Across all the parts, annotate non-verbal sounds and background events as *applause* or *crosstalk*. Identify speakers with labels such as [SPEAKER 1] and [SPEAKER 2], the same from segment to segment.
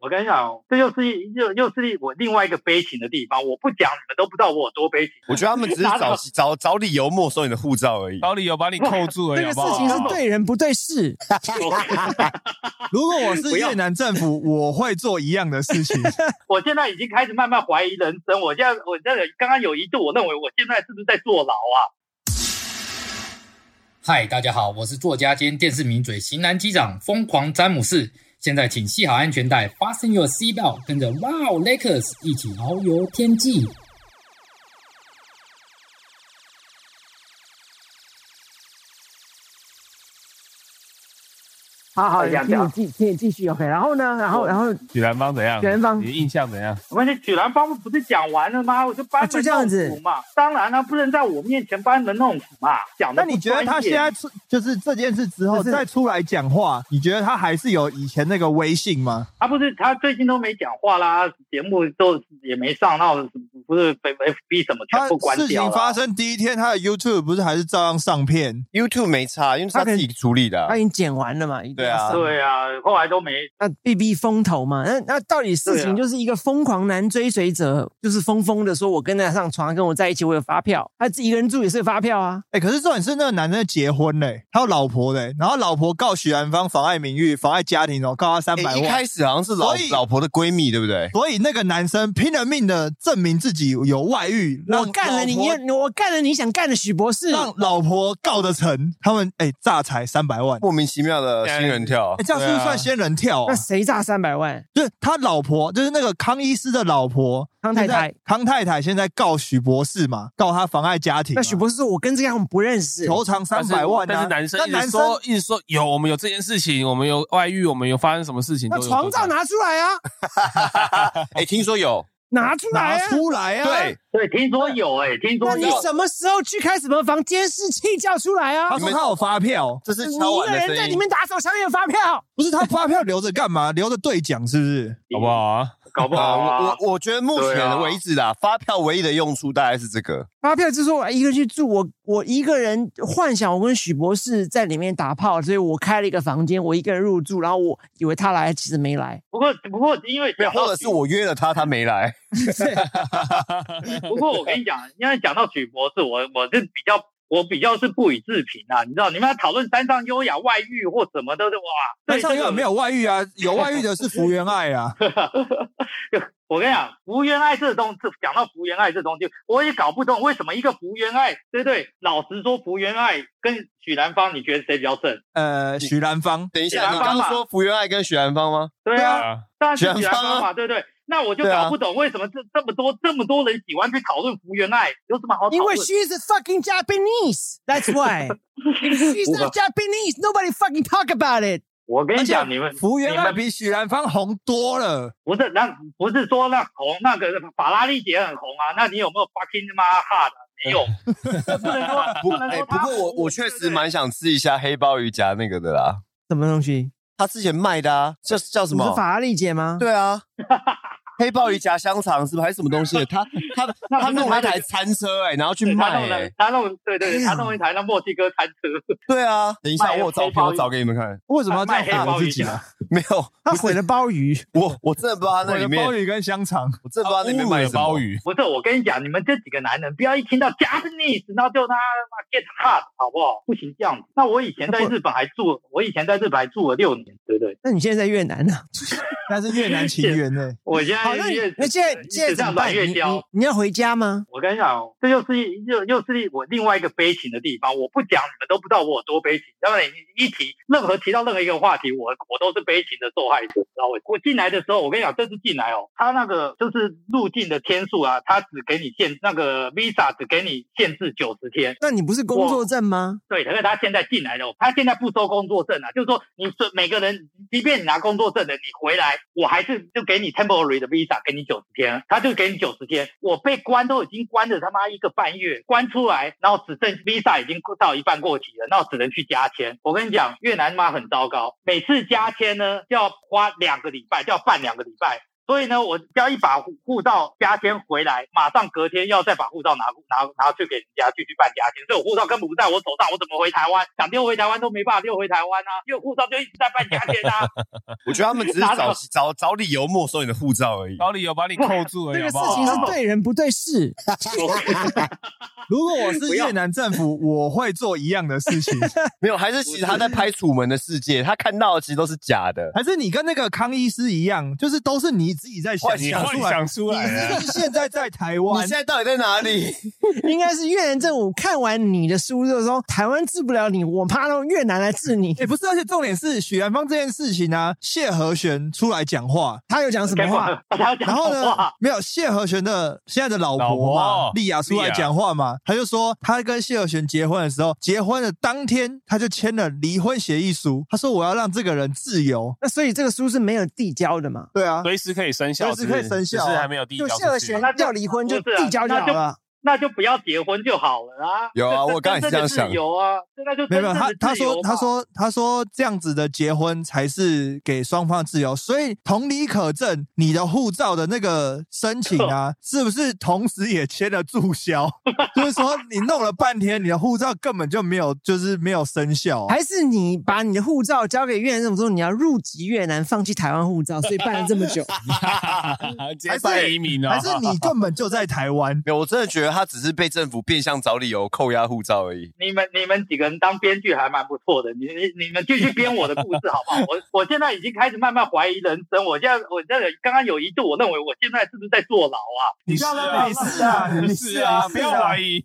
[SPEAKER 1] 我跟你讲哦，这又是又又是我另外一个悲情的地方。我不讲，你们都不知道我有多悲情。
[SPEAKER 2] 我觉得他们只 *laughs* 是
[SPEAKER 1] 拿
[SPEAKER 2] 找
[SPEAKER 1] 到
[SPEAKER 2] 找找理由没收你的护照而已。
[SPEAKER 3] 找理由把你扣住
[SPEAKER 4] 这
[SPEAKER 3] 而已，
[SPEAKER 4] 个
[SPEAKER 3] 好不
[SPEAKER 4] 事情
[SPEAKER 3] 好？
[SPEAKER 4] 是对人不对事。
[SPEAKER 5] *laughs* 如果我是越南政府，我会做一样的事情。
[SPEAKER 1] 我现在已经开始慢慢怀疑人生。我现在我这个刚刚有一度，我认为我现在是不是在坐牢啊？
[SPEAKER 6] 嗨，大家好，我是作家兼电视名嘴型男机长疯狂詹姆士。现在请系好安全带，Fasten your seatbelt，跟着 Wow Lakers 一起遨游天际。
[SPEAKER 4] 好好，
[SPEAKER 1] 这样
[SPEAKER 4] 哎请你
[SPEAKER 1] 讲
[SPEAKER 4] 继，请你继续 OK。然后呢？然后，然后
[SPEAKER 3] *laughs* 许兰芳怎样？
[SPEAKER 4] 许兰芳
[SPEAKER 3] 你的印象怎样？
[SPEAKER 1] 我们许兰芳不是讲完了吗？我就班门
[SPEAKER 4] 啊就这样子
[SPEAKER 1] 弄斧嘛。当然了、不能在我面前班门弄斧嘛。讲的
[SPEAKER 5] 那你觉得他现在出就是这件事之后
[SPEAKER 4] 可是
[SPEAKER 5] 再出来讲话，你觉得他还是有以前那个威信吗？
[SPEAKER 1] 他不是他最近都没讲话啦，节目都也没上，那我不是被 FB 什么
[SPEAKER 5] 他
[SPEAKER 1] 全部关
[SPEAKER 5] 事
[SPEAKER 1] 掉
[SPEAKER 5] 情
[SPEAKER 1] 了。
[SPEAKER 5] 发生第一天，他的 YouTube 不是还是照样上片？
[SPEAKER 2] YouTube 没差，因为是他
[SPEAKER 4] 他可以
[SPEAKER 2] 自己处理的啊、
[SPEAKER 4] 他已经剪完了嘛？一定
[SPEAKER 2] 对
[SPEAKER 4] 要
[SPEAKER 2] 啊
[SPEAKER 4] 上
[SPEAKER 1] 对啊，后来都没
[SPEAKER 4] 那避避风头嘛。那那到底事
[SPEAKER 1] 对
[SPEAKER 4] 情
[SPEAKER 1] 啊
[SPEAKER 4] 就是一个疯狂男追随者，就是疯疯的说，我跟他上床，跟我在一起，我有发票，他自己一个人住也是有发票啊。
[SPEAKER 5] 哎、可是重点是那个男的结婚嘞、他有老婆嘞、然后老婆告许兰芳妨碍名誉、妨碍家庭哦，告他三
[SPEAKER 2] 诶
[SPEAKER 5] 百
[SPEAKER 4] 哎
[SPEAKER 2] 一
[SPEAKER 5] 万。
[SPEAKER 2] 开始好像是老
[SPEAKER 5] 所以
[SPEAKER 2] 老婆的闺蜜，对不 *laughs* 对？
[SPEAKER 5] 所以那个男生拼了命的证明自己有外遇，让
[SPEAKER 4] 我干了你，
[SPEAKER 5] 老婆
[SPEAKER 4] 你我干了你想干的许博士，
[SPEAKER 5] 让老婆告得成，他们哎、榨财三百万，
[SPEAKER 2] 莫名其妙的新人跳
[SPEAKER 5] 哎、，这样是不是算仙人跳、啊
[SPEAKER 4] 那？谁诈三百万？
[SPEAKER 5] 就是他老婆，就是那个康医师的老婆
[SPEAKER 4] 康太太
[SPEAKER 5] 现在康太太现在告许博士嘛，告他妨碍家庭嘛，
[SPEAKER 4] 那许博士说，我跟这个我们不认识，
[SPEAKER 5] 求偿三百万、啊
[SPEAKER 3] 但是男生
[SPEAKER 5] 那
[SPEAKER 3] 一直
[SPEAKER 5] 男
[SPEAKER 3] 说，一直说有我们有这件事情，我们有外遇，我们有发生什么事情都
[SPEAKER 4] 那
[SPEAKER 3] 有。
[SPEAKER 4] 床照拿出来啊，
[SPEAKER 2] *laughs* 哎、听说 *laughs* 有，
[SPEAKER 4] 拿出
[SPEAKER 5] *laughs*
[SPEAKER 4] 来
[SPEAKER 5] 拿
[SPEAKER 4] 啊。
[SPEAKER 5] 出来啊，
[SPEAKER 2] 对，，
[SPEAKER 1] 对，听说有哎、听
[SPEAKER 4] 那
[SPEAKER 1] 说
[SPEAKER 4] 你
[SPEAKER 1] 有。
[SPEAKER 4] 什么时候去开什么房？监视器叫出来啊！
[SPEAKER 5] 他
[SPEAKER 4] 你
[SPEAKER 5] 说他有发票，
[SPEAKER 2] 这是
[SPEAKER 4] 一
[SPEAKER 2] 敲
[SPEAKER 4] 个
[SPEAKER 2] 碗的
[SPEAKER 4] 人在
[SPEAKER 2] 声
[SPEAKER 4] 里
[SPEAKER 2] 音。
[SPEAKER 4] 面打手枪也有发票，
[SPEAKER 5] 不是他发票留着干嘛？留着兑奖是不是？
[SPEAKER 3] 好不好啊？
[SPEAKER 1] *laughs* 搞不好、啊
[SPEAKER 2] 我我我觉得目前为止啦，发票唯一的用处大概是这个，
[SPEAKER 4] *laughs* 发票就是我一个人去住，我我一个人幻想我跟许博士在里面打炮，所以我开了一个房间，我一个人入住，然后我以为他来，其实
[SPEAKER 2] *laughs*
[SPEAKER 4] 没来。
[SPEAKER 1] 不过不过因为
[SPEAKER 2] 没有，
[SPEAKER 1] 讲到
[SPEAKER 2] 或者是
[SPEAKER 1] 许
[SPEAKER 2] 我约了他，他没来，
[SPEAKER 1] 不过我跟你讲， *laughs* 因为讲到许博士，我我是比较我比较是不予置评啊，你知道，你们要讨论山上优雅外遇或什么都是哇，
[SPEAKER 5] 那上一个没
[SPEAKER 1] 有？
[SPEAKER 5] 有外遇啊，有外遇的是福原爱
[SPEAKER 4] *laughs*
[SPEAKER 5] 啊，
[SPEAKER 1] *laughs* 我跟你讲，福原爱这东西，讲到福原爱这东西，我也搞不懂为什么一个福原爱，对不对？老实说，福原爱跟许兰芳，你觉得谁比较正？
[SPEAKER 5] 呃，许兰芳，
[SPEAKER 2] *laughs* 等一
[SPEAKER 1] 许
[SPEAKER 2] 下，
[SPEAKER 1] 兰
[SPEAKER 2] 你
[SPEAKER 1] 芳
[SPEAKER 2] 刚
[SPEAKER 1] 嘛
[SPEAKER 2] 刚说福原爱跟许兰芳吗？
[SPEAKER 1] 对
[SPEAKER 3] 对
[SPEAKER 1] 啊，
[SPEAKER 3] 啊，
[SPEAKER 1] 当然是许
[SPEAKER 2] 许
[SPEAKER 1] 兰
[SPEAKER 2] 兰芳啊
[SPEAKER 1] 芳嘛，对不对？那我就
[SPEAKER 2] 对啊
[SPEAKER 1] 搞不懂为什么这这么多这么多人喜欢去讨论福原爱，有什么好讨
[SPEAKER 4] 因
[SPEAKER 2] *laughs*
[SPEAKER 4] 为
[SPEAKER 1] 论？
[SPEAKER 4] she's a fucking Japanese, that's why. If she's not Japanese, nobody fucking talk about it. *laughs*
[SPEAKER 1] 我跟你
[SPEAKER 5] 而
[SPEAKER 1] 讲，
[SPEAKER 5] 且
[SPEAKER 1] 你们
[SPEAKER 5] 福原
[SPEAKER 1] 你
[SPEAKER 5] 爱
[SPEAKER 1] 们
[SPEAKER 5] 比
[SPEAKER 2] 啊
[SPEAKER 5] 许兰芳红多了。
[SPEAKER 1] 不是那不是说那红那个法拉利姐很红啊？那你有没有 fucking 妈哈的？没
[SPEAKER 4] *laughs*
[SPEAKER 1] 有，不能说
[SPEAKER 2] 不，
[SPEAKER 1] 能
[SPEAKER 2] 哎、
[SPEAKER 1] 说
[SPEAKER 2] 不
[SPEAKER 1] 他
[SPEAKER 2] 过我我确实蛮想吃一下黑鲍鱼夹那个的啦，
[SPEAKER 4] 什么东西？
[SPEAKER 2] 他之前卖的啊，叫叫什
[SPEAKER 4] 你是
[SPEAKER 2] 么？
[SPEAKER 4] 法拉利姐吗？
[SPEAKER 2] 对啊，黑鲍鱼夹香肠是不是还是什么东西的？他他
[SPEAKER 1] 那
[SPEAKER 2] 他
[SPEAKER 1] 不是
[SPEAKER 2] 弄了
[SPEAKER 1] 那
[SPEAKER 2] 一
[SPEAKER 1] 个
[SPEAKER 2] 台餐车哎、然后去
[SPEAKER 1] 对他
[SPEAKER 2] 卖
[SPEAKER 1] 弄
[SPEAKER 2] 哎、
[SPEAKER 4] 欸
[SPEAKER 1] 了，他弄对对，对他弄一台那墨西哥餐车，
[SPEAKER 2] 对啊，等一下
[SPEAKER 1] 卖
[SPEAKER 2] 我有照
[SPEAKER 1] 黑
[SPEAKER 2] 片，
[SPEAKER 1] 鲍鱼
[SPEAKER 2] 我找给你们看。
[SPEAKER 5] 为什么要这样
[SPEAKER 1] 卖黑
[SPEAKER 5] 打
[SPEAKER 1] 鲍
[SPEAKER 5] 我自
[SPEAKER 1] 鱼
[SPEAKER 5] 己啊？
[SPEAKER 2] 没有，
[SPEAKER 4] 她毁了鲍
[SPEAKER 2] *laughs*
[SPEAKER 4] 鱼。
[SPEAKER 2] 我我真的不知道他那
[SPEAKER 5] 我
[SPEAKER 2] 里
[SPEAKER 5] 的
[SPEAKER 2] 面，
[SPEAKER 5] 鲍
[SPEAKER 2] 我
[SPEAKER 5] 鱼跟香肠，
[SPEAKER 2] 真的不知道那里面
[SPEAKER 3] 侮辱
[SPEAKER 2] 卖
[SPEAKER 3] 了
[SPEAKER 2] 什么
[SPEAKER 3] 鲍。鱼，
[SPEAKER 1] 不是我跟你讲，你们这几个男人不要一听到 Japanese，然后就他妈 get hard 好不好？不行这样子。那我以前在日本还住，我以前在日本还住了六年，对不对？
[SPEAKER 4] 那你现在在越南呢、
[SPEAKER 5] 那是越南情缘呢、
[SPEAKER 3] *laughs*
[SPEAKER 1] 我现
[SPEAKER 4] 好，
[SPEAKER 1] 在
[SPEAKER 4] 那
[SPEAKER 1] 越
[SPEAKER 4] 你那现在
[SPEAKER 1] 一直
[SPEAKER 4] 现在
[SPEAKER 1] 这
[SPEAKER 4] 怎
[SPEAKER 1] 样
[SPEAKER 4] 么
[SPEAKER 1] 软
[SPEAKER 4] 办？
[SPEAKER 1] 越
[SPEAKER 4] 你你
[SPEAKER 1] 交。
[SPEAKER 4] 你要回家吗？
[SPEAKER 1] 我跟你讲哦，这又是又又是我另外一个悲情的地方。我不讲，你们都不知道我有多悲情。当然，一提任何提到任何一个话题，我我都是悲情的受害者，知道为什么我进来的时候，我跟你讲，这次进来哦，他那个就是入境的天数啊，他只给你限那个 visa 只给你限制九十天。
[SPEAKER 4] 那你不是工作证吗？
[SPEAKER 1] 对，可是他现在进来了，他现在不收工作证啊，就是说你是每个人，即便你拿工作证的，你回来，我还是就给你 temporary 的 visa，给你九十天，他就给你九十天。我被关都已经关了他妈一个半月，关出来，然后只剩 visa 已经到一半过期了，那我只能去加签。我跟你讲，越南妈很糟糕，每次加签呢要花两个礼拜，就要办两个礼拜。所以呢，我要一把护护照加签回来，马上隔天要再把护照拿拿拿去给人家继续办加签，所以我护照根本不在我手上，我怎么回台湾？想溜回台湾都没办法溜回台湾啊，因为护照就一直在办加签啊。
[SPEAKER 2] 我觉得他们只是
[SPEAKER 1] 拿
[SPEAKER 2] 找
[SPEAKER 1] 到
[SPEAKER 2] 找找理由没收你的护照而已。
[SPEAKER 3] 老李有把你扣住了，
[SPEAKER 2] 啊
[SPEAKER 4] 这个
[SPEAKER 3] 好不
[SPEAKER 4] 事
[SPEAKER 3] 好
[SPEAKER 4] 情是对人不对事，
[SPEAKER 5] 如果我是
[SPEAKER 1] 不要
[SPEAKER 5] 越南政府，我会做一样的事情。
[SPEAKER 2] 没有，还是其实他在拍《楚门的世界》，他看到的其实都是假的。
[SPEAKER 5] 还是你跟那个康医师一样，就是都是你自己在想
[SPEAKER 2] 幻想
[SPEAKER 5] 出来。
[SPEAKER 3] 想出来啊了，
[SPEAKER 5] 你是现在在台
[SPEAKER 2] 你
[SPEAKER 5] 湾
[SPEAKER 2] 现，在到底在哪里？
[SPEAKER 4] 应该是越南政府看完你的书之后，台湾治不了你，我怕让越南来治你。
[SPEAKER 5] 哎、不是，而且重点是许兰芳这件事情啊，谢和弦出来讲话，
[SPEAKER 4] 他有讲什么话？
[SPEAKER 1] 大家要讲
[SPEAKER 5] *laughs* *laughs* 然后
[SPEAKER 1] 什么
[SPEAKER 5] 呢
[SPEAKER 1] 话？，
[SPEAKER 5] 没有谢和弦的现在的老
[SPEAKER 3] 老
[SPEAKER 5] 婆嘛
[SPEAKER 3] 婆，
[SPEAKER 5] 丽雅出来讲话嘛，他就说他跟谢和弦结婚的时候，结婚的当天他就签了离婚协议书，他说我要让这个人自由。
[SPEAKER 4] 那所以这个书是没有递交的嘛？
[SPEAKER 5] 对啊，
[SPEAKER 3] 随时可以生效，
[SPEAKER 5] 随时可以生效啊
[SPEAKER 3] 只是还没有递交
[SPEAKER 4] 就
[SPEAKER 3] 出去。
[SPEAKER 4] 谢和弦要离婚就
[SPEAKER 1] 不是啊
[SPEAKER 4] 递交就好
[SPEAKER 1] 那就
[SPEAKER 4] 了。
[SPEAKER 1] *laughs* 那就不要结婚就好了啊。
[SPEAKER 2] 有啊
[SPEAKER 1] 这
[SPEAKER 2] 我刚才也是这样
[SPEAKER 1] 真
[SPEAKER 2] 想？
[SPEAKER 1] 正的自由啊，这那就
[SPEAKER 5] 没
[SPEAKER 1] 真
[SPEAKER 5] 有，
[SPEAKER 1] 正
[SPEAKER 5] 没有
[SPEAKER 1] 的
[SPEAKER 5] 他他
[SPEAKER 1] 自由
[SPEAKER 5] 说
[SPEAKER 1] 嘛
[SPEAKER 5] 他说他说这样子的结婚才是给双方自由，所以同理可证，你的护照的那个申请啊，是不是同时也签了注销？就是说你弄了半天，你的护照根本就没有，就是没有生效、啊。
[SPEAKER 4] 还是你把你的护照交给越南政府之后，你要入籍越南，放弃台湾护照，所以办了这么久。
[SPEAKER 3] 直接办移民哦，
[SPEAKER 5] 还是你根本就在台湾
[SPEAKER 2] 没有，我真的觉得他只是被政府变相找理由扣押护照
[SPEAKER 1] *laughs*
[SPEAKER 2] 而已。
[SPEAKER 1] 你们你们几个人当编剧还蛮不错的，你你你们继续编我的故事好不好？我我现在已经开始慢慢怀疑人生，我现在我现在刚刚有一度我认为我现在是不是在坐牢啊？
[SPEAKER 3] 你是啊，
[SPEAKER 5] 你
[SPEAKER 2] *laughs*
[SPEAKER 5] 是啊
[SPEAKER 3] 你是啊，
[SPEAKER 5] 你是啊
[SPEAKER 3] 不要怀疑。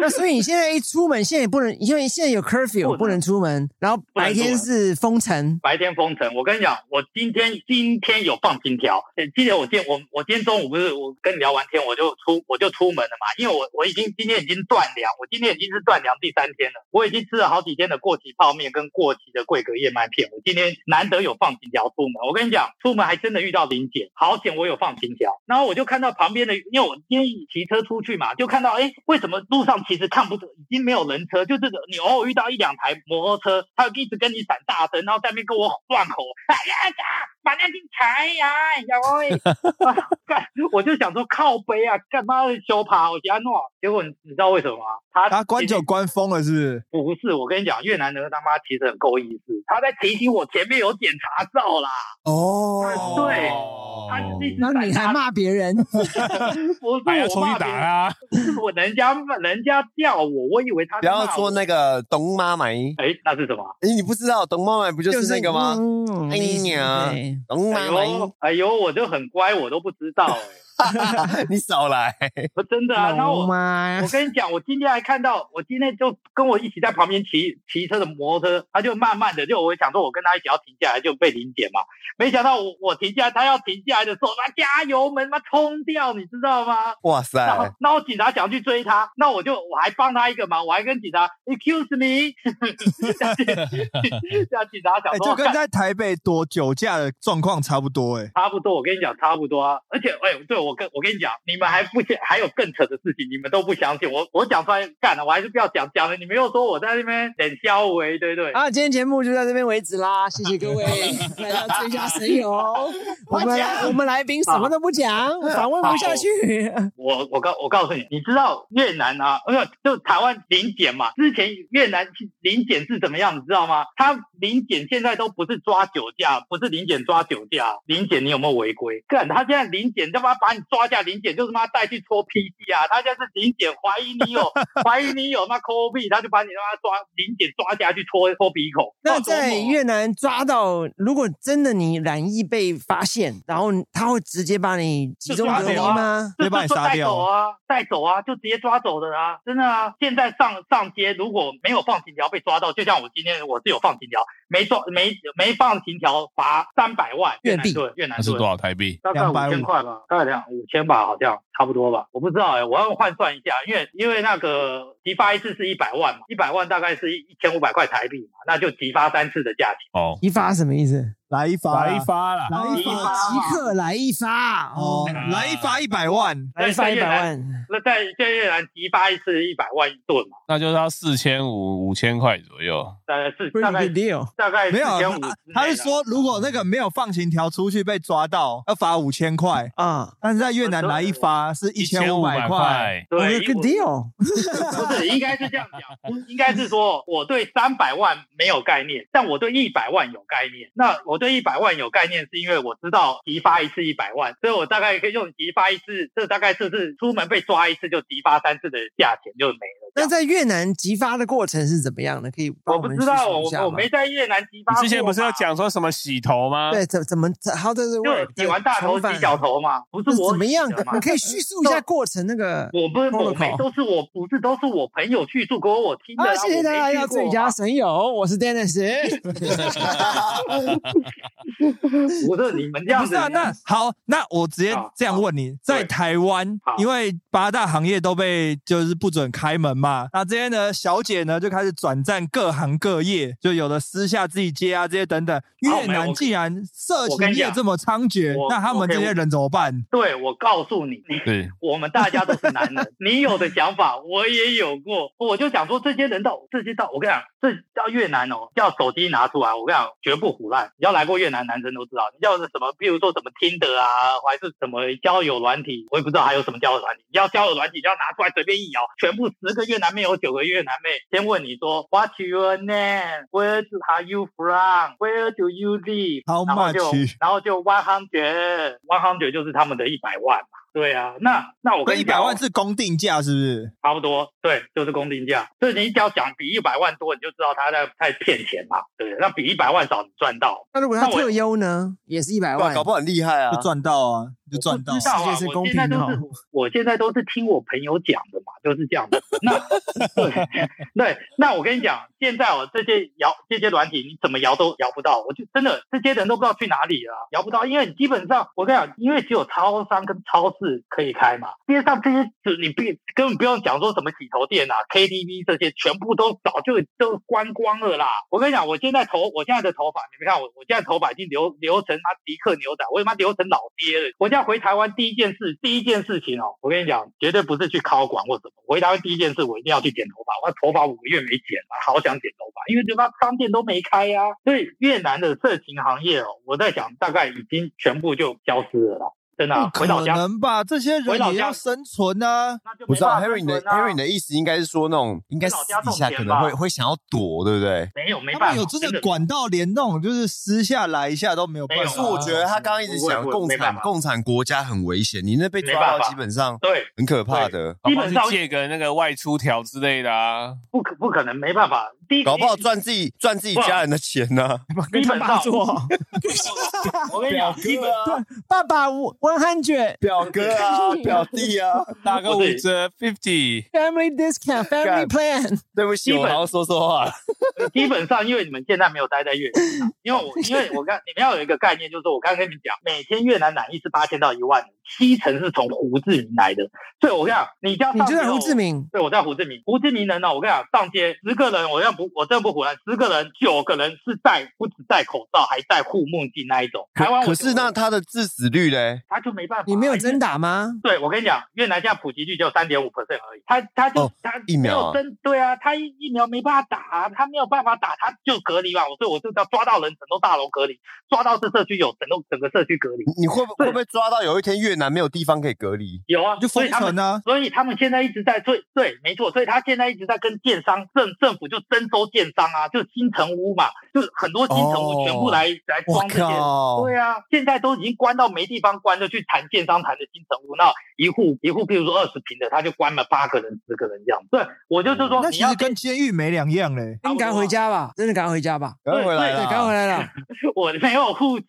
[SPEAKER 4] 那所以你现在一出门，现在也不能，因为现在有 curfew
[SPEAKER 1] 不能
[SPEAKER 4] 不能出门，然后白天是封城。
[SPEAKER 1] 白天封城，我跟你讲，我今天今天有放金条。呃记得我今我我今天中午不是我跟你聊完天，我就出我就出门了嘛，因为我我已经今天已经断粮，我今天已经是断粮第三天了，我已经吃了好几天的过期泡面跟过期的桂格燕麦片，我今天难得有放金条出门。我跟你讲，出门还真的遇到林姐，好险我有放金条。然后我就看到旁边的，因为我今天骑车出去嘛，就看到哎，为什么路上其实看不得，已经没有人车，就是你偶尔遇到一两台摩托车，他一直跟你闪大灯，然后在那边跟我乱吼，哎呀呀，把那金财呀，小哎，啊 *laughs* 干，我就想说靠背啊，干嘛修爬，我想诺，结果你你知道为什么吗？他
[SPEAKER 5] 他关
[SPEAKER 1] 已经
[SPEAKER 5] 就关封了，是不是？
[SPEAKER 1] 不是，我跟你讲，越南人他妈其实很够意思，他在提醒我前面有检查照啦。
[SPEAKER 4] 哦
[SPEAKER 1] 对他
[SPEAKER 3] 哦
[SPEAKER 1] 一直
[SPEAKER 4] 然后你
[SPEAKER 1] 闪大
[SPEAKER 4] 还骂别人，
[SPEAKER 1] 灯，不是
[SPEAKER 3] 还
[SPEAKER 1] *laughs* 哎
[SPEAKER 3] 要
[SPEAKER 1] 我
[SPEAKER 3] 重
[SPEAKER 1] 骂别
[SPEAKER 3] 新打
[SPEAKER 1] 人
[SPEAKER 3] 啦，
[SPEAKER 1] 是 *laughs* 我人家人家叫我，我以为他是
[SPEAKER 2] 不要
[SPEAKER 1] 骂
[SPEAKER 2] 做
[SPEAKER 1] 我。
[SPEAKER 2] 那个董妈买，哎、
[SPEAKER 1] 哎，那是什么？
[SPEAKER 2] 你不知道董妈买不就是那个吗？
[SPEAKER 4] 嗯
[SPEAKER 2] 哎呀
[SPEAKER 4] 对
[SPEAKER 2] 董
[SPEAKER 1] 哎
[SPEAKER 2] 妈买
[SPEAKER 1] 呦，，哎呦，我就很乖，我都不知道、哎
[SPEAKER 2] *laughs* 你少来。
[SPEAKER 1] 我真的啊。然后
[SPEAKER 4] 懂
[SPEAKER 1] 我
[SPEAKER 4] 吗
[SPEAKER 1] 我？跟你讲，我今天还看到，我今天就跟我一起在旁边骑骑车的摩托车，他就慢慢的，就我想说，我跟他一起要停下来，就被林姐嘛。没想到我我停下来，他要停下来的时候，他加油门妈冲掉，你知道吗？
[SPEAKER 2] 哇
[SPEAKER 1] 然后
[SPEAKER 5] 哎
[SPEAKER 2] 塞，，
[SPEAKER 1] 然后警察想去追他，那我就我还帮他一个忙，我还跟警察 excuse me，让警察想
[SPEAKER 5] 哎、
[SPEAKER 1] 说，
[SPEAKER 5] 就跟
[SPEAKER 1] 干
[SPEAKER 5] 在台北躲酒驾的状况差不多、哎，
[SPEAKER 1] 差不多，我跟你讲差不多啊。而且，哎、对我跟我跟你讲，你们还不相，还有更扯的事情，你们都不相信。我我讲出来干了，我还是不要讲，讲了你们又说我在那边等消维，对不对？
[SPEAKER 4] *laughs* 好，今天节目就到这边为止
[SPEAKER 1] *laughs*
[SPEAKER 4] 啦，谢谢各位来到最佳神友。我们来我们来宾什么都不讲，访问不下去。
[SPEAKER 1] 我我告我告诉你，你知道越南啊，没有就台湾零检嘛，之前越南零检是怎么样，你知道吗？他零检现在都不是抓酒驾，不是零检抓酒驾，零检你有没有违规？干，他现在零检他妈把你抓下，零检就是妈带去搓 PC 啊，他现在是零检怀疑
[SPEAKER 4] *laughs*
[SPEAKER 1] 你有怀疑你有那 COVID，他就把你他妈抓零检抓下去搓搓鼻孔。
[SPEAKER 4] *laughs* 那
[SPEAKER 1] 哇多
[SPEAKER 4] 在
[SPEAKER 1] 猛啊
[SPEAKER 4] 越南抓到，如果真的你染疫被发现，然后他会直接把你集中隔
[SPEAKER 1] 就
[SPEAKER 4] 离
[SPEAKER 1] 抓啊走 *laughs*
[SPEAKER 4] 吗？
[SPEAKER 5] 直接把你杀
[SPEAKER 1] 就带
[SPEAKER 5] 掉
[SPEAKER 1] 走啊，带走啊，就直接抓走的啊，真的啊！现在上上街如果没有放行条被抓到，就像我今天我是有放行条，没抓没没放行条罚三百万
[SPEAKER 4] 越
[SPEAKER 1] 越
[SPEAKER 4] 币
[SPEAKER 1] 南盾，越南
[SPEAKER 3] 那是
[SPEAKER 1] 盾
[SPEAKER 3] 多。少台币？
[SPEAKER 1] 大概五千
[SPEAKER 5] 250
[SPEAKER 1] 块吧，大概两五千吧，好像差不多吧，我不知道哎、我要换算一下，因为因为那个急发一次是一百万嘛，一百万大概是一千五百块台币嘛，那就急发三次的价钱。
[SPEAKER 3] 哦，
[SPEAKER 4] 一发什么意思？
[SPEAKER 5] 来一发，啊
[SPEAKER 7] 来一，发啦！
[SPEAKER 5] 来一
[SPEAKER 1] 来一
[SPEAKER 5] 发，啊
[SPEAKER 1] 发
[SPEAKER 4] 即刻来一发
[SPEAKER 5] 哦
[SPEAKER 4] 哦，，
[SPEAKER 5] 来一发一百万，
[SPEAKER 4] 来一发一百万，
[SPEAKER 1] 那在在越南提发一次一百万一吨嘛，
[SPEAKER 3] 那就是要四千五五千块左右。
[SPEAKER 1] 大概是大
[SPEAKER 4] pretty
[SPEAKER 1] 概
[SPEAKER 4] good deal。
[SPEAKER 1] 大概
[SPEAKER 5] 没有
[SPEAKER 1] 四千五，啊
[SPEAKER 5] 他他是说如果那个没有放行条出去被抓到，要罚五千块，
[SPEAKER 4] 啊，
[SPEAKER 5] 但是在越南来一发是一千五百块，，
[SPEAKER 1] 对
[SPEAKER 4] good
[SPEAKER 1] 我
[SPEAKER 4] deal，
[SPEAKER 1] 不是，应该是这样讲，应该是说我对三百万没有概念，但我对一百万有概念。那我对一百万有概念，是因为我知道急发一次一百万，所以我大概可以用急发一次，这大概就是出门被抓一次就急发三次的价钱就没了。这
[SPEAKER 4] 那
[SPEAKER 1] 样
[SPEAKER 4] 在越南激发的过程是怎么样的？可以帮
[SPEAKER 1] 我不
[SPEAKER 4] 们
[SPEAKER 1] 知道，
[SPEAKER 4] 叙述一下
[SPEAKER 1] 我我
[SPEAKER 4] 吗
[SPEAKER 1] 没在越南急发过
[SPEAKER 3] 你
[SPEAKER 1] 嘛。
[SPEAKER 3] 之前不是要讲说什么洗头吗？
[SPEAKER 4] 对怎怎么 how does it
[SPEAKER 1] 啊就
[SPEAKER 4] work？
[SPEAKER 1] 洗完大头
[SPEAKER 4] 重返
[SPEAKER 1] 洗小头嘛？不是
[SPEAKER 4] 是
[SPEAKER 1] 我
[SPEAKER 4] 怎么样
[SPEAKER 1] 洗的
[SPEAKER 4] 的？
[SPEAKER 1] 嘛
[SPEAKER 4] 你可以叙述一下过程那个。
[SPEAKER 1] 我不是我
[SPEAKER 4] protocol
[SPEAKER 1] 没都是我不是都是我朋友去做，给我听的啊。
[SPEAKER 4] 啊，谢谢大家来到
[SPEAKER 1] 我没去过啊
[SPEAKER 4] 最佳
[SPEAKER 1] 嘛
[SPEAKER 4] 神友，我是 Dennis。
[SPEAKER 1] 不是你们这样
[SPEAKER 5] 不
[SPEAKER 1] 子
[SPEAKER 5] 是啊，
[SPEAKER 1] 你
[SPEAKER 5] 那好，那我直接
[SPEAKER 1] 好
[SPEAKER 5] 这样问你，在台湾
[SPEAKER 1] 好，
[SPEAKER 5] 因为八大行业都被就是不准开门嘛，那这些呢，小姐呢就开始转战各行各业，就有的私下自己接啊，这些等等。越
[SPEAKER 1] 没有
[SPEAKER 5] 南
[SPEAKER 1] 我
[SPEAKER 5] 既然色
[SPEAKER 1] 我跟
[SPEAKER 5] 情
[SPEAKER 1] 你
[SPEAKER 5] 业
[SPEAKER 1] 讲
[SPEAKER 5] 这么猖獗
[SPEAKER 1] 我，
[SPEAKER 5] 那他
[SPEAKER 1] 我
[SPEAKER 5] 们
[SPEAKER 1] 可以
[SPEAKER 5] 这些人怎么办？
[SPEAKER 1] 对，我告诉你，
[SPEAKER 3] 对，
[SPEAKER 1] 我们大家都是男人，你有的想法我也有过。我就想说，这些人到这些到，我跟你讲，这到越南哦，要手机拿出来，我跟你讲，绝不胡乱。你要来过越南，男生都知道，你要是什么，譬如说什么听的啊，还是什么交友软体，我也不知道还有什么交友软体。你要交友软体，要拿出来随便一摇，全部十个越南妹有九个越南妹先问你说，What's your name？Where are you from？Where do you live？
[SPEAKER 5] How
[SPEAKER 1] 然后就
[SPEAKER 5] much？
[SPEAKER 1] 然后就 one hundred，one hundred 就是他们的一百万嘛。对啊，那那我
[SPEAKER 5] 那
[SPEAKER 1] 跟
[SPEAKER 5] 一
[SPEAKER 1] 你
[SPEAKER 5] 百
[SPEAKER 1] 讲哦
[SPEAKER 5] 万是公定价是不是？
[SPEAKER 1] 差不多，对，就是公定价。所以你只要讲比一百万多，你就知道他在在骗钱嘛，对不对？那比一百万少，你赚到。
[SPEAKER 4] 那如果他
[SPEAKER 1] 那我
[SPEAKER 4] 特优呢，也是一百万
[SPEAKER 2] 搞。不好很厉害啊
[SPEAKER 5] 就！赚到啊，就赚到
[SPEAKER 1] 我不。知道啊
[SPEAKER 4] 世界是
[SPEAKER 1] 我
[SPEAKER 4] 公
[SPEAKER 1] 现在
[SPEAKER 4] 平的哦
[SPEAKER 1] 都是我现在都是听我朋友讲的嘛，就是这样的。那对对，那我跟你讲，现在我这些摇这些软体，你怎么摇都摇不到，我就真的这些人都不知道去哪里了啊，摇不到，因为你基本上我跟你讲，因为只有超商跟超市可以开嘛，街上这些就你不根本不用讲说什么洗头店啊、KTV 这些，全部都早就都关光了啦。我跟你讲，我现在头我现在的头发，你们看我我现在头发已经留留成他迪克牛仔，我他妈留成老爹了。我现在回台湾第一件事，第一件事情哦，我跟你讲，绝对不是去考管或什么。我回台湾第一件事，我一定要去剪头发。我头发五个月没剪了，好想剪头发，因为他妈商店都没开呀、所以越南的色情行业哦，我在想大概已经全部就消失了啦，真的啊、
[SPEAKER 5] 不
[SPEAKER 1] 回老
[SPEAKER 5] 可
[SPEAKER 1] 家。
[SPEAKER 5] 能吧？这些
[SPEAKER 1] 回
[SPEAKER 5] 人
[SPEAKER 1] 老
[SPEAKER 5] 也
[SPEAKER 1] 家
[SPEAKER 5] 要生存啊！
[SPEAKER 1] 那就
[SPEAKER 2] 不
[SPEAKER 1] 没
[SPEAKER 2] 知道
[SPEAKER 1] 办法
[SPEAKER 2] Harry 你
[SPEAKER 1] 生
[SPEAKER 2] 的
[SPEAKER 1] 存啊
[SPEAKER 2] Harry 你的意思应该是说那种，应该私底下可能
[SPEAKER 1] 老家种
[SPEAKER 2] 会
[SPEAKER 1] 田吧
[SPEAKER 2] 会想要躲，对不对？
[SPEAKER 1] 没有没
[SPEAKER 5] 他
[SPEAKER 1] 办
[SPEAKER 5] 们
[SPEAKER 1] 法，
[SPEAKER 5] 有真的管道连那种就是私下来一下都没有办
[SPEAKER 1] 没
[SPEAKER 5] 法。
[SPEAKER 1] 有啊
[SPEAKER 2] 可是我觉得他刚刚一直讲
[SPEAKER 1] 不会不会
[SPEAKER 2] 共
[SPEAKER 1] 没办
[SPEAKER 2] 产
[SPEAKER 1] 法
[SPEAKER 2] 共产国家很危险，你那被
[SPEAKER 1] 没
[SPEAKER 2] 抓
[SPEAKER 1] 办
[SPEAKER 2] 到
[SPEAKER 1] 法
[SPEAKER 2] 基本上
[SPEAKER 1] 对。
[SPEAKER 2] 很可怕的，
[SPEAKER 3] 搞不好
[SPEAKER 1] 基本上
[SPEAKER 3] 去借个那个外出条之类的啊。
[SPEAKER 1] 不可不可能，没办法。第一，
[SPEAKER 2] 搞不好赚自己赚自己家人的钱啊呢。
[SPEAKER 1] 基本上，
[SPEAKER 5] *laughs*
[SPEAKER 4] 做，
[SPEAKER 1] *laughs* 我跟你讲，基本
[SPEAKER 4] 爸爸我 one hundred
[SPEAKER 2] 表哥啊，表弟啊，
[SPEAKER 3] 大哥五折 fifty，
[SPEAKER 4] family discount
[SPEAKER 1] *laughs*
[SPEAKER 4] family
[SPEAKER 2] 干
[SPEAKER 4] plan。
[SPEAKER 2] *laughs* 对不起，
[SPEAKER 1] 基
[SPEAKER 2] 我
[SPEAKER 1] 本
[SPEAKER 2] 好好说说话了。
[SPEAKER 1] 基本上，因为你们现在没有待在越南
[SPEAKER 4] *laughs*
[SPEAKER 1] 啊，因为我因为我刚你们要有一个概念，就是我刚刚跟你们讲，每天越南染疫是八千到一万人，七成是从胡志明来的。所以我跟你讲，你家
[SPEAKER 4] 你就在胡志
[SPEAKER 1] 明。
[SPEAKER 4] 明，
[SPEAKER 1] 哦对，我在胡志明。胡志明人呢，哦我跟你讲，上街十个人，我要不，我真的不胡乱，十个人九个人是戴不只戴口罩，还戴护目镜那一种。台湾我
[SPEAKER 2] 可是那他的致死率嘞？
[SPEAKER 1] 他就没办法，
[SPEAKER 4] 你没有
[SPEAKER 1] 因为
[SPEAKER 4] 真
[SPEAKER 1] *laughs*
[SPEAKER 4] 打吗？
[SPEAKER 1] 对，我跟你讲，越南现在普及率只有三点五 percent 而已，他他就、
[SPEAKER 2] 哦
[SPEAKER 1] 他
[SPEAKER 2] 疫苗啊
[SPEAKER 1] 没有针对啊，他疫疫苗没办法打，啊他没有办法打，他就隔离嘛。所以我就要抓到人，整栋大楼隔离；抓到这社区有，整栋整个社区隔离。
[SPEAKER 2] 你会不会会不会抓到有一天越南没有地方可以隔离？
[SPEAKER 1] 有啊，
[SPEAKER 5] 就
[SPEAKER 1] 所以
[SPEAKER 5] 封
[SPEAKER 1] 他们
[SPEAKER 5] 城啊！
[SPEAKER 1] 所以他们现在一直在对对，没错，所以他现在一直在跟建商政政府就征收建商啊，就新城屋嘛，就很多新城屋全部来、来
[SPEAKER 2] 哦我
[SPEAKER 1] 装这些。
[SPEAKER 2] 靠！
[SPEAKER 1] 对啊，现在都已经关到没地方关，就去谈建商谈的新城屋，那一户一户，譬如说二十平的，他就关了八个人、十个人这样。对，我就是说
[SPEAKER 5] 嗯那
[SPEAKER 1] 哦你
[SPEAKER 5] 其
[SPEAKER 1] 要
[SPEAKER 5] 实跟监狱没两样嘞。
[SPEAKER 1] 差
[SPEAKER 4] 应
[SPEAKER 1] 不多啊啊
[SPEAKER 4] 该回家吧，真的赶快回家吧。
[SPEAKER 2] 赶快回来
[SPEAKER 4] 对，
[SPEAKER 1] *laughs*
[SPEAKER 2] 啦！
[SPEAKER 4] 赶快回来了。
[SPEAKER 1] 我没有护照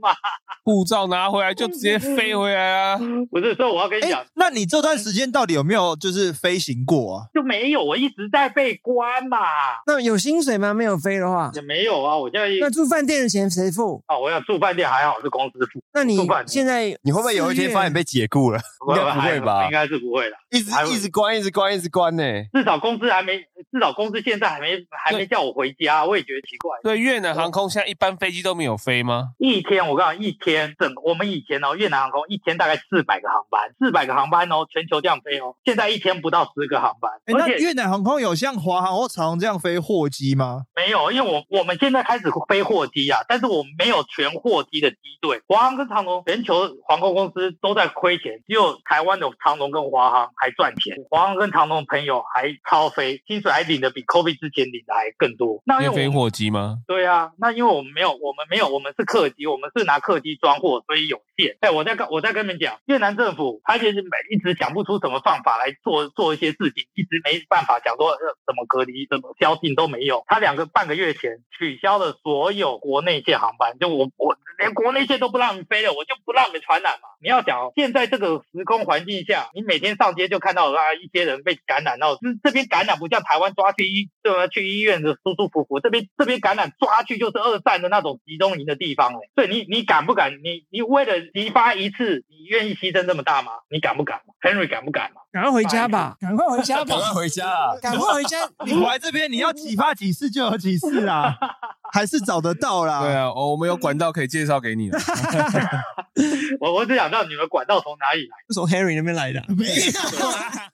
[SPEAKER 1] 嘛， *laughs*
[SPEAKER 3] 护照拿回来就直接飞回来啊，
[SPEAKER 1] 不是，所以我要跟你
[SPEAKER 5] 哎、
[SPEAKER 1] 讲，
[SPEAKER 5] 那你这段时间到底有没有就是飞行过啊？
[SPEAKER 1] 就没有，我一直在被关嘛，
[SPEAKER 4] 那有薪水吗？没有飞的话，
[SPEAKER 1] 也没有啊，我现在一
[SPEAKER 4] 那住饭店的钱谁付？
[SPEAKER 1] 啊，我要住饭店还好是公司付，
[SPEAKER 4] 那你
[SPEAKER 1] 住饭店
[SPEAKER 4] 现在
[SPEAKER 2] 你会不会有一天发现被解雇了？应该不会吧
[SPEAKER 1] 应？该是不会的，
[SPEAKER 2] 一直
[SPEAKER 1] 还会
[SPEAKER 2] 一直关，一直关，一直关呢、
[SPEAKER 1] 至少公司还没，至少公司现在还没还没叫我回家，我也觉得奇怪。
[SPEAKER 3] 对，越南航空现在一般飞机都没有飞吗？
[SPEAKER 1] 一天，我告诉你，一天整我们以前哦，越南航空一天大概四百个航班，四百个航班哦，全球这样飞哦，现在一天不到十个航班，
[SPEAKER 5] 哎、那
[SPEAKER 1] 而且
[SPEAKER 5] 越南航空有像华航或长航这样飞货机吗？
[SPEAKER 1] 没有，因为我我们现在开始飞货机啊，但是我们没有全货机的机队，华航跟长龙，全球航空公司都在亏钱，只有台湾的长龙跟华航还赚钱，华航跟长龙的朋友还超飞，薪水还领的比 COVID 之前领的还更多，那因
[SPEAKER 3] 要
[SPEAKER 1] 为我
[SPEAKER 3] 飞
[SPEAKER 1] 们
[SPEAKER 3] 货机吗？
[SPEAKER 1] 对啊，那因为我们没有，我们没有，我们是客机，我们是拿客机装货，所以有限。哎，我在跟我在跟你们讲，越南政府他其实每一直想不出什么办法来做做一些事情，一直没办法讲说呃怎么隔离、怎么宵禁都没有。他两个半个月前取消了所有国内线航班，就我我连国内线都不让你飞了，我就不让你们传染嘛。你要讲哦，现在这个时空环境下，你每天上街就看到啊一些人被感染到，嗯这这边感染不像台湾抓去医对吧？去医院的舒舒服服，这边这边感染抓去就是二战的那种集中营的地方了。所以你你敢不敢？你你为了激发一次，你愿意牺牲这么大吗？你敢不敢嘛？Henry 敢不敢嘛？
[SPEAKER 4] 赶快回家吧，
[SPEAKER 1] 哎
[SPEAKER 4] 赶快回家
[SPEAKER 2] *laughs* 赶快
[SPEAKER 4] 吧，
[SPEAKER 2] 回家啊！
[SPEAKER 4] 赶
[SPEAKER 5] *laughs*
[SPEAKER 4] 快回家。
[SPEAKER 5] 你来这边，你要几发几次就有几次
[SPEAKER 1] *laughs*
[SPEAKER 5] 啊，还是找得到啦。
[SPEAKER 3] 对啊，哦，我们有管道可以介绍给你了。
[SPEAKER 1] 我我只想知道你们管道从哪里来。
[SPEAKER 4] 从 Harry 那边来的，啊 *laughs*
[SPEAKER 5] 没有。 *laughs*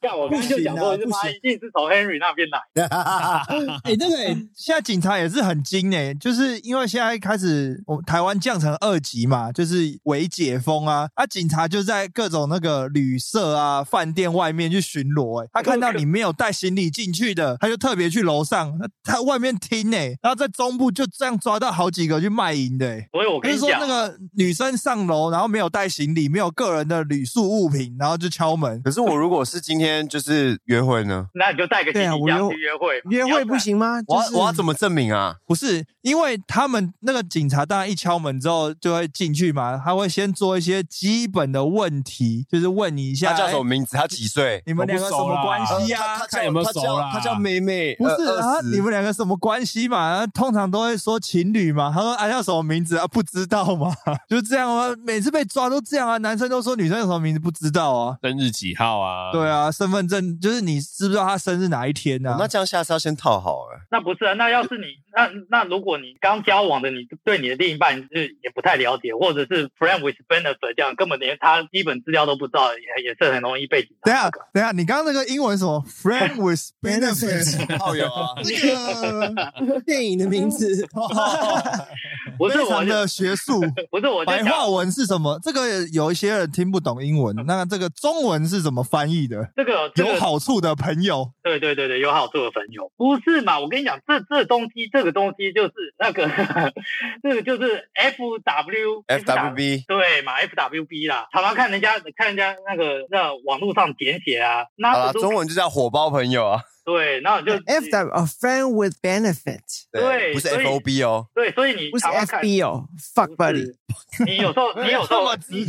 [SPEAKER 1] 像我刚刚就讲过，他
[SPEAKER 5] 不行啊
[SPEAKER 1] 妈一定是从 Henry 那边来。
[SPEAKER 5] 哎、那个、欸、现在警察也是很精哎、就是因为现在开始我们台湾降成二级嘛，就是伪解封啊，啊，警察就在各种那个旅社啊、饭店外面去巡逻、欸，他看到你没有带行李进去的，他就特别去楼上，他外面听哎、然后在中部就这样抓到好几个去卖淫的、欸。
[SPEAKER 1] 所以我
[SPEAKER 5] 就
[SPEAKER 1] 跟
[SPEAKER 5] 是
[SPEAKER 1] 你
[SPEAKER 5] 说，
[SPEAKER 1] 讲
[SPEAKER 5] 那，个女生上楼，然后没有带行李，没有个人的旅宿物品，然后就敲门。
[SPEAKER 2] 可是我如果是今天就是约会呢，
[SPEAKER 1] 那你就带个行
[SPEAKER 4] 对啊
[SPEAKER 1] 李
[SPEAKER 4] 我
[SPEAKER 1] 箱
[SPEAKER 4] 又
[SPEAKER 1] 去约会嘛，
[SPEAKER 4] *laughs* 约
[SPEAKER 1] 你要
[SPEAKER 4] 会不行吗？
[SPEAKER 2] 我要
[SPEAKER 4] 就是
[SPEAKER 2] 我要怎么证明啊？
[SPEAKER 5] 不是，因为他们那个警察当然一敲门之后就会进去嘛，他会先做一些基本的问题，就是问你一下
[SPEAKER 2] 他叫什么
[SPEAKER 5] 哎
[SPEAKER 2] 名字？他几岁？
[SPEAKER 5] 你们两个什么关系啊？
[SPEAKER 2] 他
[SPEAKER 3] 看有没有熟啦
[SPEAKER 2] 他叫妹妹，
[SPEAKER 5] 不是
[SPEAKER 2] 呃
[SPEAKER 5] 啊
[SPEAKER 2] 20，
[SPEAKER 5] 你们两个什么关系嘛？然后通常都会说情侣嘛。他说啊叫什么名字啊？不知道嘛， *laughs* 就这样啊。每次被抓都这样啊，男生都说女生有什么名字不知道啊。
[SPEAKER 3] 生日几号啊？
[SPEAKER 5] 对，啊，身份证就是你知不知道他生日哪一天啊？
[SPEAKER 2] 哦那这样下次要先套好了。
[SPEAKER 1] 那不是啊，那要是你那那如果你刚交往的，你对你的另一半是也不太了解，或者是 friend with benefit 这样，根本连他基本资料都不知道，也也是很容易被警察。
[SPEAKER 5] 等一下，等一下，你刚刚那个英文什么 friend with
[SPEAKER 4] *laughs*
[SPEAKER 5] benefits？
[SPEAKER 2] 炮友啊， *laughs*
[SPEAKER 5] 这个
[SPEAKER 4] 电影的名字？
[SPEAKER 1] 不是
[SPEAKER 5] 非
[SPEAKER 1] 我
[SPEAKER 5] 常
[SPEAKER 1] 就
[SPEAKER 5] 的学术。
[SPEAKER 1] 不是 *laughs* 我就
[SPEAKER 5] 白
[SPEAKER 1] 讲
[SPEAKER 5] 话文是什么？这个有一些人听不懂英文，那这个中文是怎么翻译的？
[SPEAKER 1] 这个这
[SPEAKER 5] 有
[SPEAKER 1] 个
[SPEAKER 5] 好处的朋友，
[SPEAKER 1] 对对对对有好处的朋友，不是嘛？我跟你讲，这这东西这个东西就是那个 *laughs* 这个就是 F W
[SPEAKER 2] FWB
[SPEAKER 1] 对嘛 F W B 啦，常常看人家看人家那个那网络上简写啊，
[SPEAKER 2] 好
[SPEAKER 1] 那 *laughs*
[SPEAKER 2] 啦，中文就叫火爆朋友啊，
[SPEAKER 1] 对，那我就
[SPEAKER 4] *laughs* 哎 F W a friend with benefit，
[SPEAKER 1] 对
[SPEAKER 2] 不是
[SPEAKER 1] 所以
[SPEAKER 2] FOB 哦，
[SPEAKER 1] 对，所以你
[SPEAKER 4] 不是
[SPEAKER 1] 常常
[SPEAKER 4] F
[SPEAKER 1] 看嗯
[SPEAKER 4] B 哦，fuck
[SPEAKER 1] 不
[SPEAKER 4] buddy。
[SPEAKER 1] 是你有时候你有时
[SPEAKER 2] *laughs*
[SPEAKER 1] 候
[SPEAKER 2] 你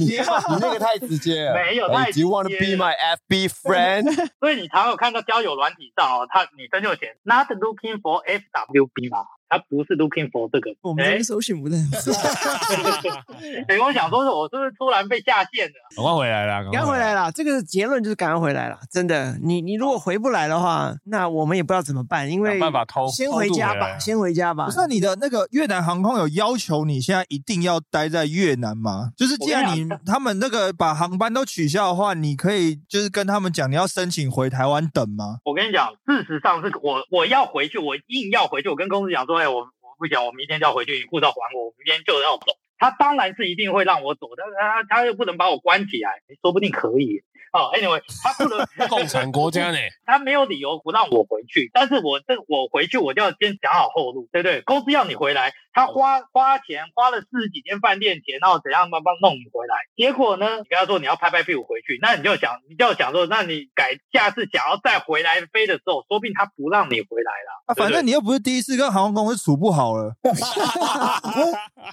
[SPEAKER 2] 那个太直接了，
[SPEAKER 1] *laughs* 没有
[SPEAKER 2] Hey,
[SPEAKER 1] 太
[SPEAKER 2] Do you want to
[SPEAKER 1] 直
[SPEAKER 2] be
[SPEAKER 1] 接
[SPEAKER 2] my FB friend？
[SPEAKER 1] 所以你常有看到交友软体上哦，他女生就写 not looking for FWB 嘛，他不是 looking for 这个。
[SPEAKER 4] 我们这
[SPEAKER 1] 哎
[SPEAKER 4] 边搜寻不到，
[SPEAKER 1] 所以我想说，我是不是突然被下线了？
[SPEAKER 3] 赶快回来啦，
[SPEAKER 4] *laughs* 赶快回来啦！这个结论就是赶快回来啦！真的，你你如果回不来的话，那我们也不知道怎么办，因为
[SPEAKER 3] 想办法偷
[SPEAKER 4] 先回家
[SPEAKER 3] 啊
[SPEAKER 4] 吧，先回家
[SPEAKER 1] 啊
[SPEAKER 4] 吧
[SPEAKER 5] 不。是你的那个越南航空有要求你现在一定要待在越南吗？就是既然你他们那个把航班都取消的话，你可以就是跟他们讲你要申请回台湾等吗？
[SPEAKER 1] 我跟你讲，事实上是我我要回去，我硬要回去。我跟公司讲说，哎，我我不想，我明天就要回去，你护照还我，我明天就要走。他当然是一定会让我走，但是他他又不能把我关起来，说不定可以。好、a n y w a y 他不能
[SPEAKER 3] 共产国家呢？
[SPEAKER 1] 他没有理由不让我回去，但是我这我回去我就要先想好后路，对不对？公司要你回来，他花花钱花了四十几天饭店钱，然后怎样慢慢弄你回来？结果呢，你跟他说你要拍拍屁股回去，那你就想你就想说，那你改下次想要再回来飞的时候，说不定他不让你回来了，
[SPEAKER 5] 啊，反正你又不是第一次跟航空公司处不好
[SPEAKER 1] *laughs*
[SPEAKER 5] 了，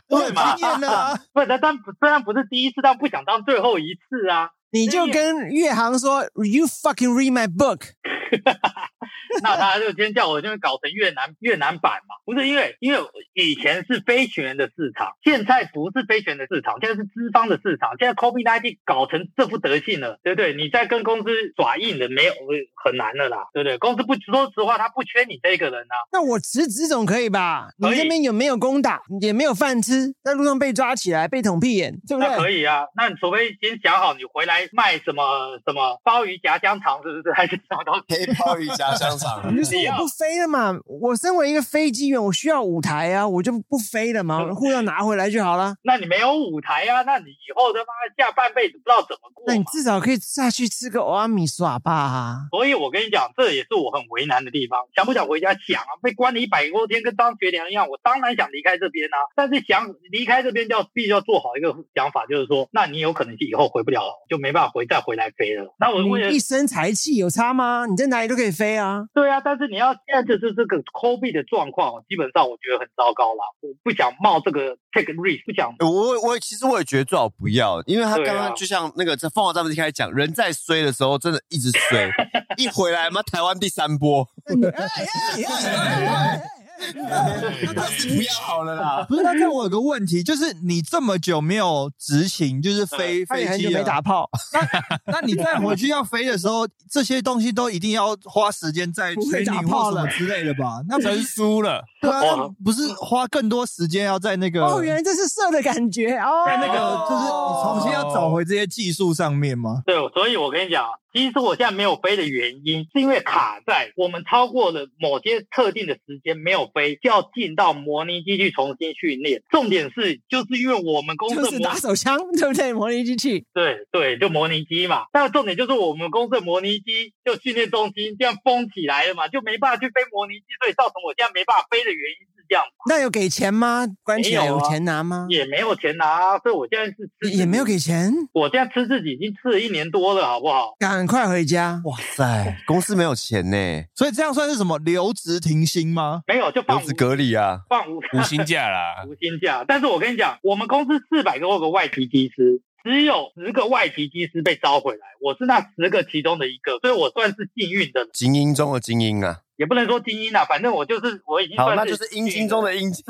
[SPEAKER 5] 我有经验的啊。
[SPEAKER 1] 不，但但虽然不是第一次，但不想当最后一次啊。
[SPEAKER 4] 你就跟岳航说，You fucking read my book。
[SPEAKER 1] 那他就今天叫我就搞成越南越南版嘛？不是因为因为以前是非全员的市场，现在不是非全员的市场，现在是资方的市场。现在 COVID 1 9搞成这副德性了，对不对？你再跟公司耍硬的没有很难了啦，对不对？公司不说实话，他不缺你这个人啊。
[SPEAKER 4] 那我辞职总可以吧？你
[SPEAKER 1] 可以
[SPEAKER 4] 这边有没有工打？也没有饭吃，在路上被抓起来，被捅屁眼，对不
[SPEAKER 1] 那可
[SPEAKER 4] 对？
[SPEAKER 1] 以啊，那你除非先想好你回来卖什么什么鲍鱼夹香肠，是不是？还是什么东西？
[SPEAKER 2] 黑鲍鱼加香肠
[SPEAKER 1] *laughs*
[SPEAKER 4] 你，就说
[SPEAKER 1] 你要
[SPEAKER 4] 我不飞了嘛？我身为一个飞机员，我需要舞台啊，我就不飞了嘛，
[SPEAKER 1] 嗯
[SPEAKER 4] 护照拿回来就好了。
[SPEAKER 1] 那你没有舞台啊，那你以后他妈下半辈子不知道怎么过
[SPEAKER 4] 那你
[SPEAKER 1] 嘛。
[SPEAKER 4] 至少可以下去吃个欧阿米耍吧、
[SPEAKER 1] 所以我跟你讲，这也是我很为难的地方。想不想回家？想啊！被关了一百多天，跟当学良一样，我当然想离开这边啊。但是想离开这边，就要必须要做好一个想法，就是说，那你有可能以后回不了，就没办法回再回来飞了。那我为了
[SPEAKER 4] 你一身才气有差吗？你在哪里都可以飞啊。
[SPEAKER 1] 对啊，但是你要现在就是这个 COVID 的状况，基本上我觉得很糟糕啦。我不想冒这个 take a risk，不想。
[SPEAKER 2] 我我其实我也觉得最好不要，因为他
[SPEAKER 1] 对啊
[SPEAKER 2] 刚刚就像那个在凤凰战士一开始讲，人在衰的时候真的一直
[SPEAKER 1] *laughs*
[SPEAKER 2] 衰，一回来嘛台湾第三波，
[SPEAKER 5] 啊
[SPEAKER 3] 不要好了啦，
[SPEAKER 5] 不是，那这样我有个问题，就是你这么久没有执行，就是
[SPEAKER 1] 嗯
[SPEAKER 5] 飞
[SPEAKER 4] 他
[SPEAKER 5] 飞
[SPEAKER 4] 也很久
[SPEAKER 5] 机
[SPEAKER 4] 没
[SPEAKER 5] 了
[SPEAKER 4] 打炮，
[SPEAKER 5] *laughs* 那你再回去要飞的时候，这些东西都一定要花时间在
[SPEAKER 4] 不会
[SPEAKER 5] training
[SPEAKER 4] 打
[SPEAKER 5] 或
[SPEAKER 4] 炮
[SPEAKER 5] 什
[SPEAKER 4] 了
[SPEAKER 5] 么之类的吧？那不
[SPEAKER 3] 真
[SPEAKER 5] 是
[SPEAKER 3] 输了。
[SPEAKER 5] 对啊，那
[SPEAKER 1] 哦
[SPEAKER 5] 不是花更多时间要在那个
[SPEAKER 4] 哦，原来这是射的感觉哦。
[SPEAKER 5] 在那个就是你
[SPEAKER 1] 哦
[SPEAKER 5] 重新要找回这些技术上面吗？
[SPEAKER 1] 对，所以我跟你讲，啊其实我现在没有飞的原因，是因为卡在我们超过了某些特定的时间没有飞，就要进到模拟机去重新训练。重点是，就是因为我们公司
[SPEAKER 4] 就
[SPEAKER 1] 的
[SPEAKER 4] 是
[SPEAKER 1] 模
[SPEAKER 4] 打手枪，对不对？模拟机器，
[SPEAKER 1] 对对，就模拟机嘛。但重点就是我们公司的模拟机就训练中心这样封起来了嘛，就没办法去飞模拟机，所以造成我现在没办法飞的原因是这样，
[SPEAKER 4] 那有给钱吗？关起来
[SPEAKER 1] 没有
[SPEAKER 4] 有
[SPEAKER 1] 啊
[SPEAKER 4] 钱拿吗？
[SPEAKER 1] 也没有钱拿，啊所以我现在是吃自己
[SPEAKER 4] 也没有，给钱，
[SPEAKER 1] 我现在吃自己已经吃了一年多了，好不好？
[SPEAKER 4] 赶快回家。
[SPEAKER 2] 哇塞，公司没有钱呢，
[SPEAKER 5] 所以这样算是什么留职停薪吗？
[SPEAKER 1] 没有就
[SPEAKER 2] 留
[SPEAKER 1] 放
[SPEAKER 2] 子
[SPEAKER 1] 无
[SPEAKER 2] 隔离啊，
[SPEAKER 1] 放无
[SPEAKER 3] 五星
[SPEAKER 1] *laughs*
[SPEAKER 3] 价啦，
[SPEAKER 1] 无薪假。但是我跟你讲，我们公司四百多个外籍机师，只有十个外籍机师被招回来，我是那十个其中的一个，所以我算是幸运的人，
[SPEAKER 2] 精英中的精英啊，
[SPEAKER 1] 也不能说精英啦，反正我就是啊我已经
[SPEAKER 2] 好，
[SPEAKER 1] 算
[SPEAKER 2] 那就是
[SPEAKER 1] 幸
[SPEAKER 2] 阴
[SPEAKER 1] 运
[SPEAKER 2] 茎
[SPEAKER 1] 人
[SPEAKER 2] 中的阴茎，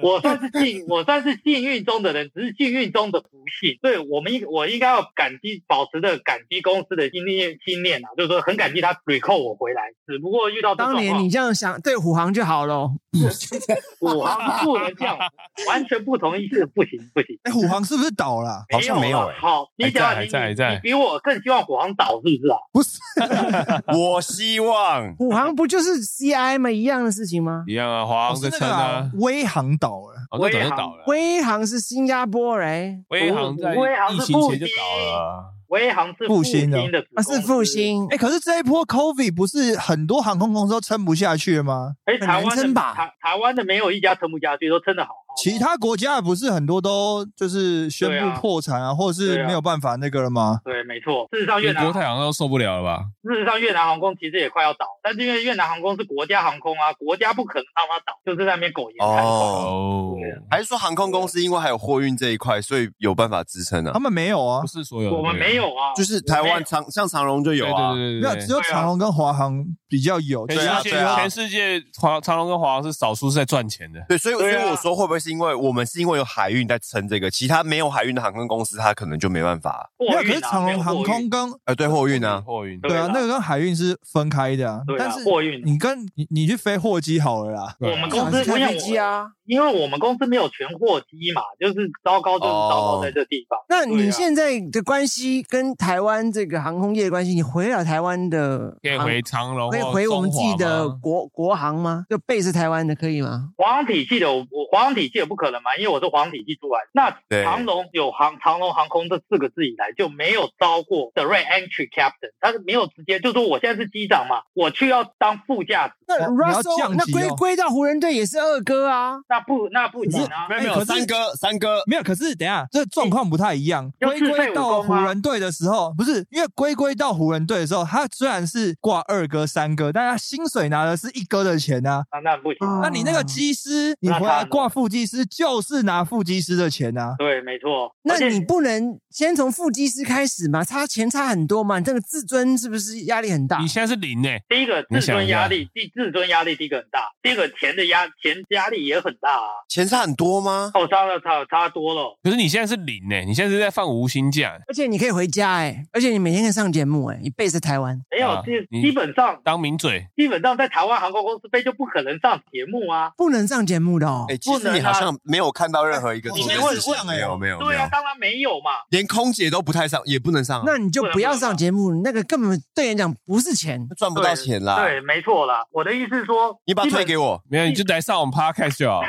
[SPEAKER 1] 我算是幸，我算是幸运中的人，只是幸运中的不幸。所以我们应我应该要感激，保持着感激公司的心念心念啊，就是说很感激他 recall 我回来。只不过遇到这
[SPEAKER 4] 当
[SPEAKER 1] 种
[SPEAKER 4] 年你这样想，对虎航就好了。
[SPEAKER 1] 我
[SPEAKER 4] *laughs*
[SPEAKER 1] 不能这样，完全不同意是不行不行。
[SPEAKER 5] 哎，虎航是不是倒了啊？
[SPEAKER 2] 好像没有
[SPEAKER 1] 了
[SPEAKER 2] 欸
[SPEAKER 1] 好，你讲
[SPEAKER 3] 还
[SPEAKER 1] 你
[SPEAKER 3] 在还在
[SPEAKER 1] 你
[SPEAKER 3] 还在
[SPEAKER 1] 你比我更希望虎航倒是不是啊？
[SPEAKER 2] 我希望
[SPEAKER 4] 虎航不就是 CI 吗？一样的事情吗？
[SPEAKER 3] *laughs* 一样啊，华
[SPEAKER 4] 哦
[SPEAKER 3] 航
[SPEAKER 5] 是那
[SPEAKER 3] 在撑
[SPEAKER 5] 个啊
[SPEAKER 3] 啊，
[SPEAKER 5] 威航啊倒了。
[SPEAKER 3] 哦，
[SPEAKER 1] 威
[SPEAKER 3] 那早就
[SPEAKER 1] 航
[SPEAKER 3] 倒了。
[SPEAKER 4] 威航是新加坡人
[SPEAKER 3] 威航在
[SPEAKER 1] 威航
[SPEAKER 3] 疫
[SPEAKER 1] 是
[SPEAKER 3] 情
[SPEAKER 1] 复
[SPEAKER 3] 前就
[SPEAKER 1] 兴
[SPEAKER 3] 倒了啊
[SPEAKER 1] 威航是
[SPEAKER 5] 复兴
[SPEAKER 1] 兴
[SPEAKER 5] 的
[SPEAKER 1] 的子
[SPEAKER 4] 啊，
[SPEAKER 1] 公司
[SPEAKER 4] 是复。兴
[SPEAKER 5] 哎，。可是这一波 COVID 不是很多航空公司都撑不下去了吗？
[SPEAKER 1] 哎，台湾
[SPEAKER 4] 很难
[SPEAKER 1] 的
[SPEAKER 4] 撑吧
[SPEAKER 1] 台台湾的没有一家撑不下去，都撑得好好。
[SPEAKER 5] 其他国家不是很多都就是宣
[SPEAKER 1] 对啊
[SPEAKER 5] 布破产啊，或者
[SPEAKER 1] 对
[SPEAKER 5] 是
[SPEAKER 1] 啊
[SPEAKER 5] 没有办法那个了吗？
[SPEAKER 1] 对，没错。事实上，
[SPEAKER 3] 啊，
[SPEAKER 1] 越
[SPEAKER 3] 美
[SPEAKER 1] 南
[SPEAKER 3] 国太行都受不了了吧？
[SPEAKER 1] 事实上，越南航空其实也快要倒，但是因为越南航空是国家航空啊，国家不可能让它倒，就是在那边苟延残喘。
[SPEAKER 2] 哦。
[SPEAKER 3] 哦，
[SPEAKER 2] 还是说航空公司因为还有货运这一块，所以有办法支撑啊
[SPEAKER 5] 他？们没有啊
[SPEAKER 3] 不，是所有的
[SPEAKER 1] 我们没有啊，
[SPEAKER 2] 就是台湾长像长荣就有啊，
[SPEAKER 3] 对对
[SPEAKER 5] 没有，
[SPEAKER 3] 对对
[SPEAKER 5] 只有
[SPEAKER 1] 对啊
[SPEAKER 5] 长龙跟华航比较有。
[SPEAKER 3] 对，
[SPEAKER 2] 对啊
[SPEAKER 3] 全世
[SPEAKER 2] 对
[SPEAKER 3] 界
[SPEAKER 2] 啊
[SPEAKER 3] 全世界华长隆跟华航是少数是在赚钱的。
[SPEAKER 2] 对，所以所以
[SPEAKER 1] 对啊
[SPEAKER 2] 我说会不会是因为我们是因为有海运在撑这个，其他没有海运的航空公司它可能就没办法，
[SPEAKER 5] 没有，
[SPEAKER 1] 货
[SPEAKER 5] 可是
[SPEAKER 1] 运啊，
[SPEAKER 5] 长龙
[SPEAKER 1] 没有货
[SPEAKER 5] 航
[SPEAKER 1] 运
[SPEAKER 5] 空跟
[SPEAKER 2] 呃，对货运啊，
[SPEAKER 3] 货运，
[SPEAKER 1] 对
[SPEAKER 5] 对啊
[SPEAKER 1] 啦，
[SPEAKER 5] 那个跟海运是分开的啊。
[SPEAKER 1] 对
[SPEAKER 5] 但
[SPEAKER 1] 啊
[SPEAKER 5] 是，
[SPEAKER 1] 货运。
[SPEAKER 5] 你跟你你去飞货机好了啦。
[SPEAKER 3] 对啊
[SPEAKER 1] 我们
[SPEAKER 4] 我
[SPEAKER 1] 公
[SPEAKER 4] 们
[SPEAKER 1] 司
[SPEAKER 4] 是
[SPEAKER 1] 我
[SPEAKER 4] 开
[SPEAKER 1] 想
[SPEAKER 4] 哎飞机
[SPEAKER 1] 我，
[SPEAKER 4] 啊。
[SPEAKER 1] 因为我们公司没有全货机嘛，就是糟糕就是糟
[SPEAKER 5] 哦
[SPEAKER 1] 糕在这地方。
[SPEAKER 4] 那
[SPEAKER 1] 对
[SPEAKER 4] 你
[SPEAKER 1] 啊
[SPEAKER 4] 现在的关系跟台湾这个航空业的关系，你回了台湾的
[SPEAKER 3] 可以
[SPEAKER 4] 航
[SPEAKER 3] 回长隆，
[SPEAKER 4] 可以
[SPEAKER 3] 或
[SPEAKER 4] 回我们自己
[SPEAKER 3] 中华啊
[SPEAKER 4] 的
[SPEAKER 3] 吗
[SPEAKER 4] 国国航吗？就背是台湾的，可以吗？
[SPEAKER 1] 华航体系的，我华航体系系也不可能嘛，因为我是黄体系出来。那
[SPEAKER 2] 对
[SPEAKER 1] 长龙有航长龙航空这四个字以来就没有招过 direct entry captain，他是没有直接就说我现在是机长嘛，我去要当副驾驶，
[SPEAKER 4] 那
[SPEAKER 5] 哦你要
[SPEAKER 4] Russell
[SPEAKER 5] 降
[SPEAKER 4] 那
[SPEAKER 5] 级
[SPEAKER 4] 归
[SPEAKER 5] 哦
[SPEAKER 4] 归到湖人队也是二哥啊，
[SPEAKER 1] 那不那不行啊
[SPEAKER 2] 没。有没
[SPEAKER 5] 可
[SPEAKER 2] 有，
[SPEAKER 5] 是
[SPEAKER 2] 三哥三哥，
[SPEAKER 5] 没有，可是等一下这状况不太一样。
[SPEAKER 1] 要
[SPEAKER 5] 龟
[SPEAKER 1] 自
[SPEAKER 5] 龟
[SPEAKER 1] 废武
[SPEAKER 5] 到
[SPEAKER 1] 功
[SPEAKER 5] 湖
[SPEAKER 1] 吗
[SPEAKER 5] 人队的时候，不是因为龟龟到湖人队的时候，他虽然是挂二哥三哥，但他薪水拿的是一哥的钱啊。
[SPEAKER 1] 那那不行，
[SPEAKER 4] 啊
[SPEAKER 5] 那你那个技师，你
[SPEAKER 1] 那
[SPEAKER 5] 回来
[SPEAKER 1] 他呢
[SPEAKER 5] 挂副技师，就是拿副技师的钱啊。
[SPEAKER 1] 对，没错。
[SPEAKER 4] 那
[SPEAKER 1] 而且
[SPEAKER 4] 你不能先从腹肌师开始嘛？差钱差很多嘛？你这个自尊是不是压力很大
[SPEAKER 3] 你？现在是零欸诶、
[SPEAKER 1] 第一个
[SPEAKER 3] 你
[SPEAKER 1] 自
[SPEAKER 3] 想
[SPEAKER 1] 尊
[SPEAKER 3] 一下
[SPEAKER 1] 压力，第自尊压力第一个很大，第二个钱的压钱压力也很大啊。
[SPEAKER 2] 钱差很多吗？
[SPEAKER 1] 哦，差了差差多了，
[SPEAKER 3] 可是你现在是零欸诶、你现在是在放无薪假，
[SPEAKER 4] 而且你可以回家哎、而且你每天可以上节目哎、你背着台湾，
[SPEAKER 1] 没有
[SPEAKER 3] 啊，
[SPEAKER 1] 基
[SPEAKER 3] 你
[SPEAKER 1] 基本上
[SPEAKER 3] 当名嘴，
[SPEAKER 1] 基本上在台湾航空公司飞就不可能上节目啊。
[SPEAKER 4] 不能上节目的哦。
[SPEAKER 2] 哎，其
[SPEAKER 1] 不
[SPEAKER 2] 实
[SPEAKER 1] 能
[SPEAKER 2] 你好
[SPEAKER 1] 啊
[SPEAKER 2] 像没有看到任何一个
[SPEAKER 5] 我
[SPEAKER 2] 这
[SPEAKER 1] 先
[SPEAKER 2] 件
[SPEAKER 1] 问
[SPEAKER 2] 事情
[SPEAKER 5] 问
[SPEAKER 2] 没有没有没
[SPEAKER 1] 对
[SPEAKER 2] 有
[SPEAKER 1] 啊，，当然没有嘛。
[SPEAKER 2] 连空姐都不太上，也不能上啊，
[SPEAKER 4] 那你就不要上节目，那个根本对你讲不是钱。
[SPEAKER 2] 赚不到钱啦。
[SPEAKER 1] 对，没错啦。我的意思是说，
[SPEAKER 2] 你把
[SPEAKER 1] 基
[SPEAKER 2] 推
[SPEAKER 1] 本
[SPEAKER 2] 给我，
[SPEAKER 3] 没有你就来上我们 podcast 就好。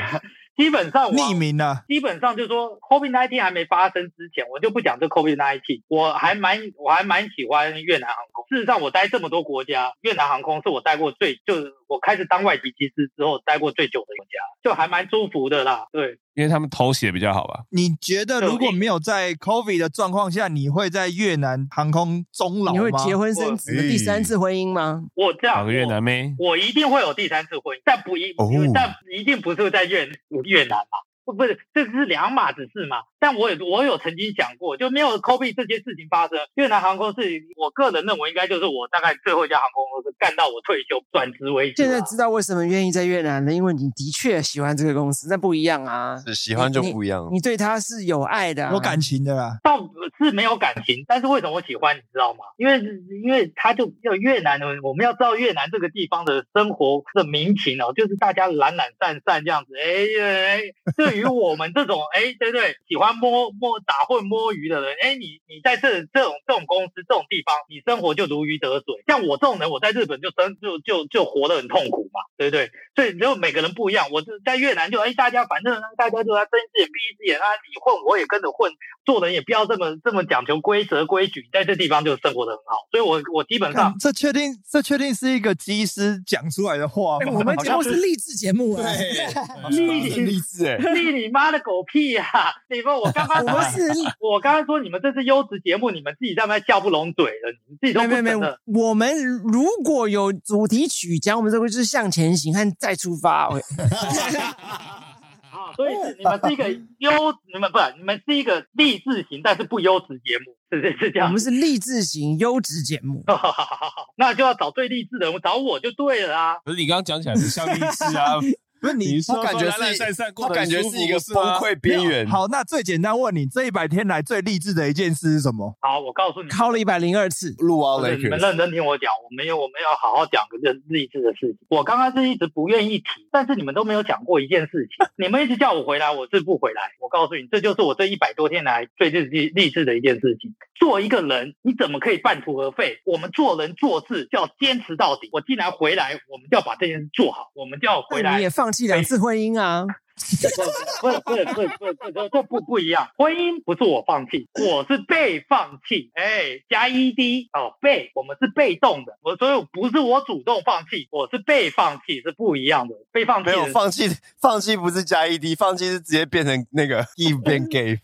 [SPEAKER 1] 基本上我
[SPEAKER 5] 匿名啊，
[SPEAKER 1] 基本上就是说，COVID 1 9还没发生之前，我就不讲这 COVID 1 9我还蛮我还蛮喜欢越南航空。事实上，我待这么多国家，越南航空是我待过最就是我开始当外籍机师之后待过最久的一家，就还蛮舒服的啦。对，
[SPEAKER 3] 因为他们头写比较好吧？
[SPEAKER 5] 你觉得
[SPEAKER 1] 对
[SPEAKER 5] 如果没有在 COVID 的状况下，你会在越南航空终老
[SPEAKER 4] 你会
[SPEAKER 5] 吗？哎
[SPEAKER 4] 结婚生子
[SPEAKER 2] 我
[SPEAKER 4] 的第三次婚姻吗？
[SPEAKER 1] 我这
[SPEAKER 3] 两
[SPEAKER 1] 样
[SPEAKER 3] 个越南妹，
[SPEAKER 1] 我，我一定会有第三次婚姻，但不一、
[SPEAKER 2] 哦
[SPEAKER 1] 但一定不是在越越南嘛。不是，这是两码子事嘛。但我也我有曾经讲过，就没有 COVID 这些事情发生，越南航空是我个人认为应该就是我大概最后一家航空公司，干到我退休转职为止啊。
[SPEAKER 4] 现在知道为什么愿意在越南了，因为你的确喜欢这个公司，那不一样啊。
[SPEAKER 2] 是喜欢就不一样了
[SPEAKER 4] 你。对他是有爱的啊、
[SPEAKER 5] 有哦感情的啦。
[SPEAKER 1] 倒是没有感情，但是为什么我喜欢，你知道吗？因为因为他就要越南的，我们要知道越南这个地方的生活的民情哦，就是大家懒懒散散这样子。哎哎，哎 *laughs* 对于我们这种哎，对对，喜欢摸摸打混摸鱼的人，哎，你你在这这种这种公司这种地方，你生活就如鱼得水。像我这种人，我在日本就生就就就活得很痛苦嘛，对不对？所以就每个人不一样。我是在越南就哎，大家反正大家就要睁一只眼闭一只眼啊，你混我也跟着混，做人也不要这么这么讲求规则规矩，在这地方就生活的很好。所以我我基本上
[SPEAKER 5] 看这确定，这确定是一个机师讲出来的话
[SPEAKER 4] 哎
[SPEAKER 5] 吗？
[SPEAKER 4] 我们节目是励志节目、啊，
[SPEAKER 1] 立
[SPEAKER 2] 很励志
[SPEAKER 3] 欸
[SPEAKER 1] *laughs*
[SPEAKER 2] 哎，
[SPEAKER 1] 立你妈的狗屁呀、你们我刚刚
[SPEAKER 4] *laughs* 我们是
[SPEAKER 1] 我刚刚说你们这是优质节目，你们自己在那边笑不拢嘴了，你们自己都
[SPEAKER 4] 没
[SPEAKER 1] *laughs* 不
[SPEAKER 4] 哎没没
[SPEAKER 1] 承认。，
[SPEAKER 4] 我们如果有主题曲讲，我们这个就是向前行和再出发。喂
[SPEAKER 1] 啊，所以你们是一个优，你们不，你们是一个励志型，但是不优质节目，是是 *laughs* 是这
[SPEAKER 4] 我
[SPEAKER 1] 样 *laughs* 嗯
[SPEAKER 4] 们。是励志型优质节目，
[SPEAKER 1] 那就要找最励志的人，找我就对了啊。
[SPEAKER 3] 可是你刚刚讲起来是像励志啊，
[SPEAKER 5] 不是你
[SPEAKER 3] 说
[SPEAKER 2] 他感觉
[SPEAKER 3] 懒懒散
[SPEAKER 2] 是
[SPEAKER 3] 散，过
[SPEAKER 2] 他
[SPEAKER 3] 得
[SPEAKER 2] 感觉
[SPEAKER 3] 很舒
[SPEAKER 2] 是
[SPEAKER 3] 服
[SPEAKER 2] 一个
[SPEAKER 3] 是啊
[SPEAKER 2] 崩
[SPEAKER 3] 吗
[SPEAKER 2] 溃边缘。
[SPEAKER 5] 好，那最简单问你，这一百天来最励志的一件事是什么？
[SPEAKER 1] 好，我告诉你们，
[SPEAKER 4] 考了一百零二次。
[SPEAKER 2] 路奥
[SPEAKER 1] 不
[SPEAKER 2] 啊雷
[SPEAKER 1] 是你
[SPEAKER 2] 克
[SPEAKER 1] 们，认真听我讲，我们有我们要好好讲个这励志的事情。我刚刚是一直不愿意提，但是你们都没有讲过一件事情，你们一直叫我回来，我是不回来。我告诉你，这就是我这一百多天来最励志励志的一件事情。做一个人，你怎么可以半途而废？我们做人做事就要坚持到底。我既然回来，我们就要把这件事做好，我们就要回
[SPEAKER 4] 那
[SPEAKER 1] 来。
[SPEAKER 4] 你也放弃两次婚姻啊？
[SPEAKER 1] 不是不是不是不是不是这不不一样，婚姻不是我放弃，我是被放弃。哎，加 ed 哦，被我们是被动的，我所以不是我主动放弃，我是被放弃是不一样的。被放弃
[SPEAKER 2] 没有
[SPEAKER 1] 的
[SPEAKER 2] 放弃，放弃不是加 ED，放弃是直接变成那个 *laughs* E 变 gay。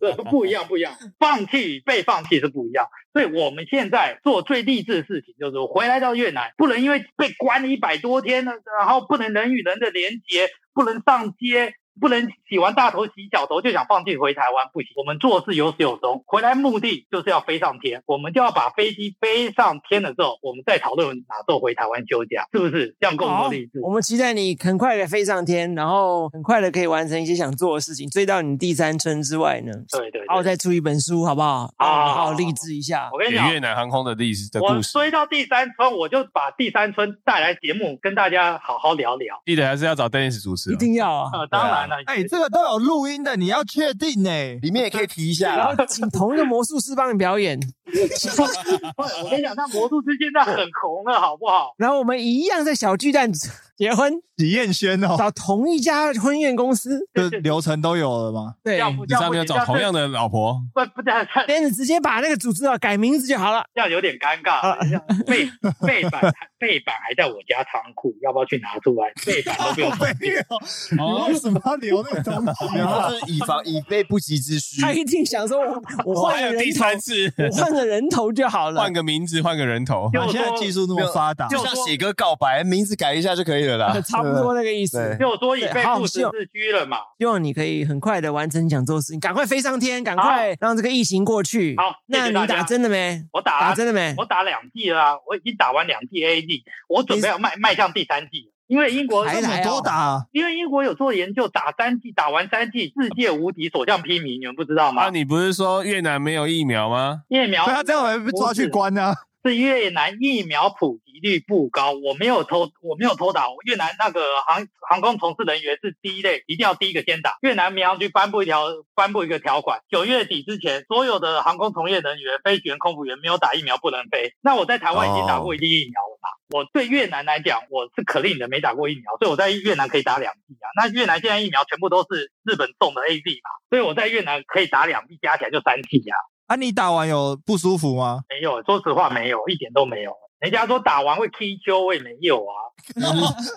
[SPEAKER 1] 对 *laughs* 不一样不一样，放弃与被放弃是不一样。所以我们现在做最励志的事情就是回来到越南，不能因为被关了一百多天呢，然后不能人与人的连接，不能上街。不能洗完大头洗小头就想放弃回台湾，不行。我们做事有始有终，回来目的就是要飞上天，我们就要把飞机飞上天了之后，我们再讨论哪时候回台湾休假，是不是？这样够不够励志？
[SPEAKER 4] 我们期待你很快的飞上天，然后很快的可以完成一些想做的事情，追到你第三春之外呢。
[SPEAKER 1] 对对
[SPEAKER 4] 然后
[SPEAKER 1] 对，
[SPEAKER 4] 再出一本书，好不好？
[SPEAKER 1] 好
[SPEAKER 4] 啊，
[SPEAKER 1] 好
[SPEAKER 4] 好好
[SPEAKER 1] 好
[SPEAKER 4] 励志一下。
[SPEAKER 1] 我跟你讲，
[SPEAKER 3] 越南航空的历史的
[SPEAKER 1] 我
[SPEAKER 3] 故事，
[SPEAKER 1] 追到第三村，我就把第三村带来节目，跟大家好好聊聊。
[SPEAKER 3] 记得还是要找 Dennis 主持
[SPEAKER 4] 一
[SPEAKER 3] 哦。
[SPEAKER 4] 定要啊！
[SPEAKER 1] 呃，当然了，
[SPEAKER 5] 哎、这个都有录音的，你要确定呢、
[SPEAKER 2] 里面也可以提一
[SPEAKER 4] 然
[SPEAKER 2] 下，
[SPEAKER 4] 后请同一个魔术师帮你表
[SPEAKER 1] *laughs*
[SPEAKER 4] 演， *laughs*
[SPEAKER 1] 我跟你讲，那魔术师现在很红了，好不好？
[SPEAKER 4] 然后我们一样在小巨蛋结婚
[SPEAKER 5] 李彦轩 *laughs* 哦，
[SPEAKER 4] 找同一家婚宴公司，
[SPEAKER 5] 这流程都有了
[SPEAKER 4] *laughs*
[SPEAKER 5] 吗？
[SPEAKER 4] 对，
[SPEAKER 1] 要不
[SPEAKER 3] 你上
[SPEAKER 1] 不
[SPEAKER 3] 面
[SPEAKER 1] 行
[SPEAKER 3] 找同样
[SPEAKER 1] 的，
[SPEAKER 3] 的老婆，
[SPEAKER 1] 不不这样
[SPEAKER 4] 这样子直接把那个组织啊改名字就好了。
[SPEAKER 1] 这样有点尴
[SPEAKER 4] 啊
[SPEAKER 1] 尬。这样背背板背板还在我家仓库，要不要去拿出来？背板都不用
[SPEAKER 5] 没有， *laughs* 你为什么要留那个东
[SPEAKER 2] *laughs*
[SPEAKER 5] 西
[SPEAKER 2] 然
[SPEAKER 5] 啊
[SPEAKER 2] 后？就是以防以备不急之需。
[SPEAKER 4] 他一定想
[SPEAKER 3] *laughs*
[SPEAKER 4] 说我，我
[SPEAKER 3] 嗯我
[SPEAKER 4] 换
[SPEAKER 3] 还
[SPEAKER 4] 个
[SPEAKER 3] 有
[SPEAKER 4] 人
[SPEAKER 3] 第
[SPEAKER 4] 头，
[SPEAKER 3] 三次，
[SPEAKER 4] 我换个人头就好了
[SPEAKER 3] 换。个名字，换个人头。
[SPEAKER 1] 就
[SPEAKER 5] 现在技术那么发达，
[SPEAKER 2] 就像写歌告白，名字改一下就可以了啦。
[SPEAKER 4] 差不多那个意思
[SPEAKER 2] 对。
[SPEAKER 1] 就说以
[SPEAKER 4] 对
[SPEAKER 1] 备
[SPEAKER 4] 好
[SPEAKER 1] 不时
[SPEAKER 4] 笑
[SPEAKER 1] 之需了嘛。
[SPEAKER 4] 希望你可以很快的完成你想做的事情，赶快飞上天，赶快让这个疫情过去。
[SPEAKER 1] 好谢
[SPEAKER 4] 那
[SPEAKER 1] 谢
[SPEAKER 4] 你
[SPEAKER 1] 大家
[SPEAKER 4] 打针了没？
[SPEAKER 1] 我打
[SPEAKER 4] 打
[SPEAKER 1] 了
[SPEAKER 4] 针了没？
[SPEAKER 1] 我打两剂了啊、我已经打完两剂 A D，我准备要迈迈向第三剂了，因为英国
[SPEAKER 4] 还
[SPEAKER 5] 这
[SPEAKER 4] 来
[SPEAKER 5] 么
[SPEAKER 4] 哦
[SPEAKER 5] 多打，
[SPEAKER 1] 因为英国有做研究，打三剂打完三剂世界无敌，所向披靡，你们不知道
[SPEAKER 3] 啊，
[SPEAKER 1] 吗？
[SPEAKER 3] 你不是说越南没有疫
[SPEAKER 4] *laughs*
[SPEAKER 3] 苗吗？
[SPEAKER 1] 疫苗
[SPEAKER 5] 对啊，这样还被抓去关啊？
[SPEAKER 1] 是越南疫苗普及率不高，我没有偷，我没有偷打。越南那个航航空从事人员是第一类，一定要第一个先打。越南民航局颁布一条颁布一个条款，九月底之前，所有的航空从业人员、飞行员、空服员没有打疫苗不能飞。那我在台湾已经打过一剂疫苗了嘛？我对越南来讲，我是可令的，没打过疫苗，所以我在越南可以打两剂啊。那越南现在疫苗全部都是日本送的 A Z 嘛，所以我在越南可以打两剂，加起来就三剂啊。
[SPEAKER 5] 啊，你打完有不舒服吗？
[SPEAKER 1] 没有，说实话没有，一点都没有。人家说打完会踢球，我也没有
[SPEAKER 3] *laughs*
[SPEAKER 1] 啊，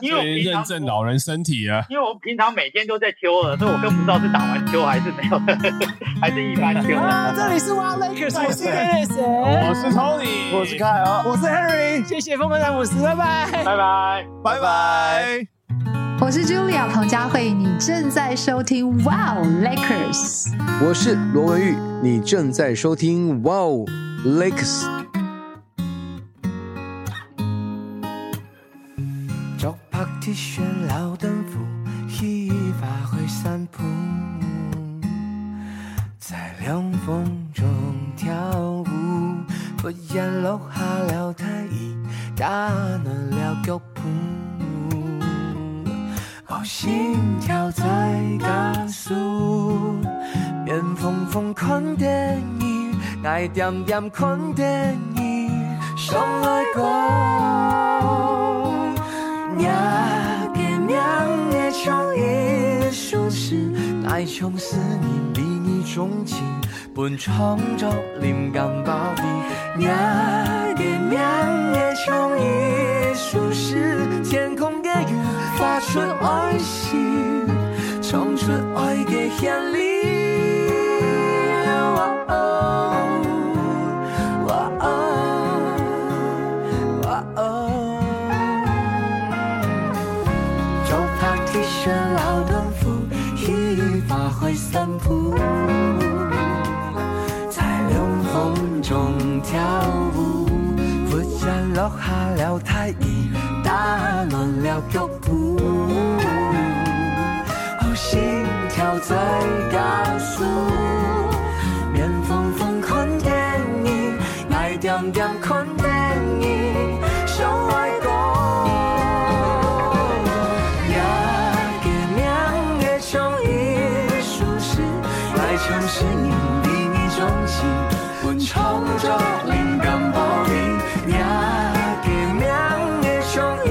[SPEAKER 1] 因为我平
[SPEAKER 3] 认
[SPEAKER 1] 常
[SPEAKER 3] 证老人身体啊。
[SPEAKER 1] 因为我平常每天都在丢了，所以我更不知道是打完丢还是没有， *laughs* 还是一般丢。
[SPEAKER 4] *laughs* 啊，这里是 Wild Lakers，我是 Dennis，
[SPEAKER 3] 我是 Tony，
[SPEAKER 2] 我是凯哦，
[SPEAKER 5] 我是 Henry，
[SPEAKER 4] 哎谢谢风门詹姆斯，拜拜。
[SPEAKER 1] 拜拜。
[SPEAKER 5] 拜拜。
[SPEAKER 7] 我是 Julia 彭佳慧，你正在收听 Wow Lakers。
[SPEAKER 8] 我是罗文玉，你正在收听 Wow Lakes。
[SPEAKER 9] 作拍鐵上扭燈符，牽化去新盤，在涼風中跳舞，不然落下樓梯，打暖了腳盤。我心跳在加速，面縫縫困定義，捱掂掂困定義，心裏講，呀給娘的創意舒適，大從思念比你鍾情，伴創作靈感爆裂，呀給娘的創意舒適，天空的雲。發出愛時，唱出愛嘅旋律。哇哦，哇哦，哇哦。就拍鐵上老豆腐，牽花去新婦，在涼風中跳舞，忽然落下了太陽，打亂了腳步，好心跳在加速，面縫縫困定義，捱掂掂困定義，想愛講。也給娘的創意舒適，來嘗試你比你鍾情，換創作靈感暴力。也給娘的創意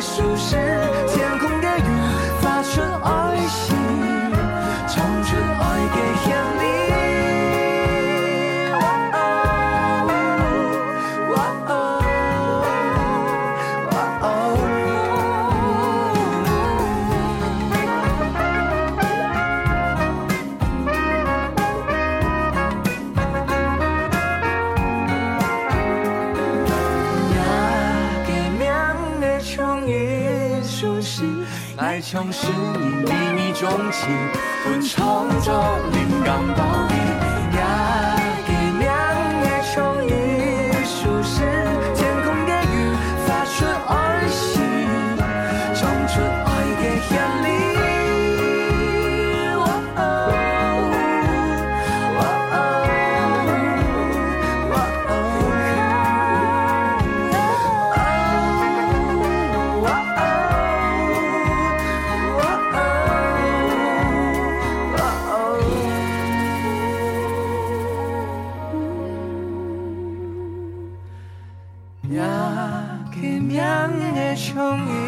[SPEAKER 9] 舒適，天空的雲發出愛心，唱出愛嘅旋律。哇哦，哇哦，哇哦。那给娘的创意舒适，爱从是你秘密中情，本创作灵感宝地。那给娘的创意舒适，天空的云发出爱心，唱出爱的旋律。哇哦，哇哦，哇哦。也给娘的宠溺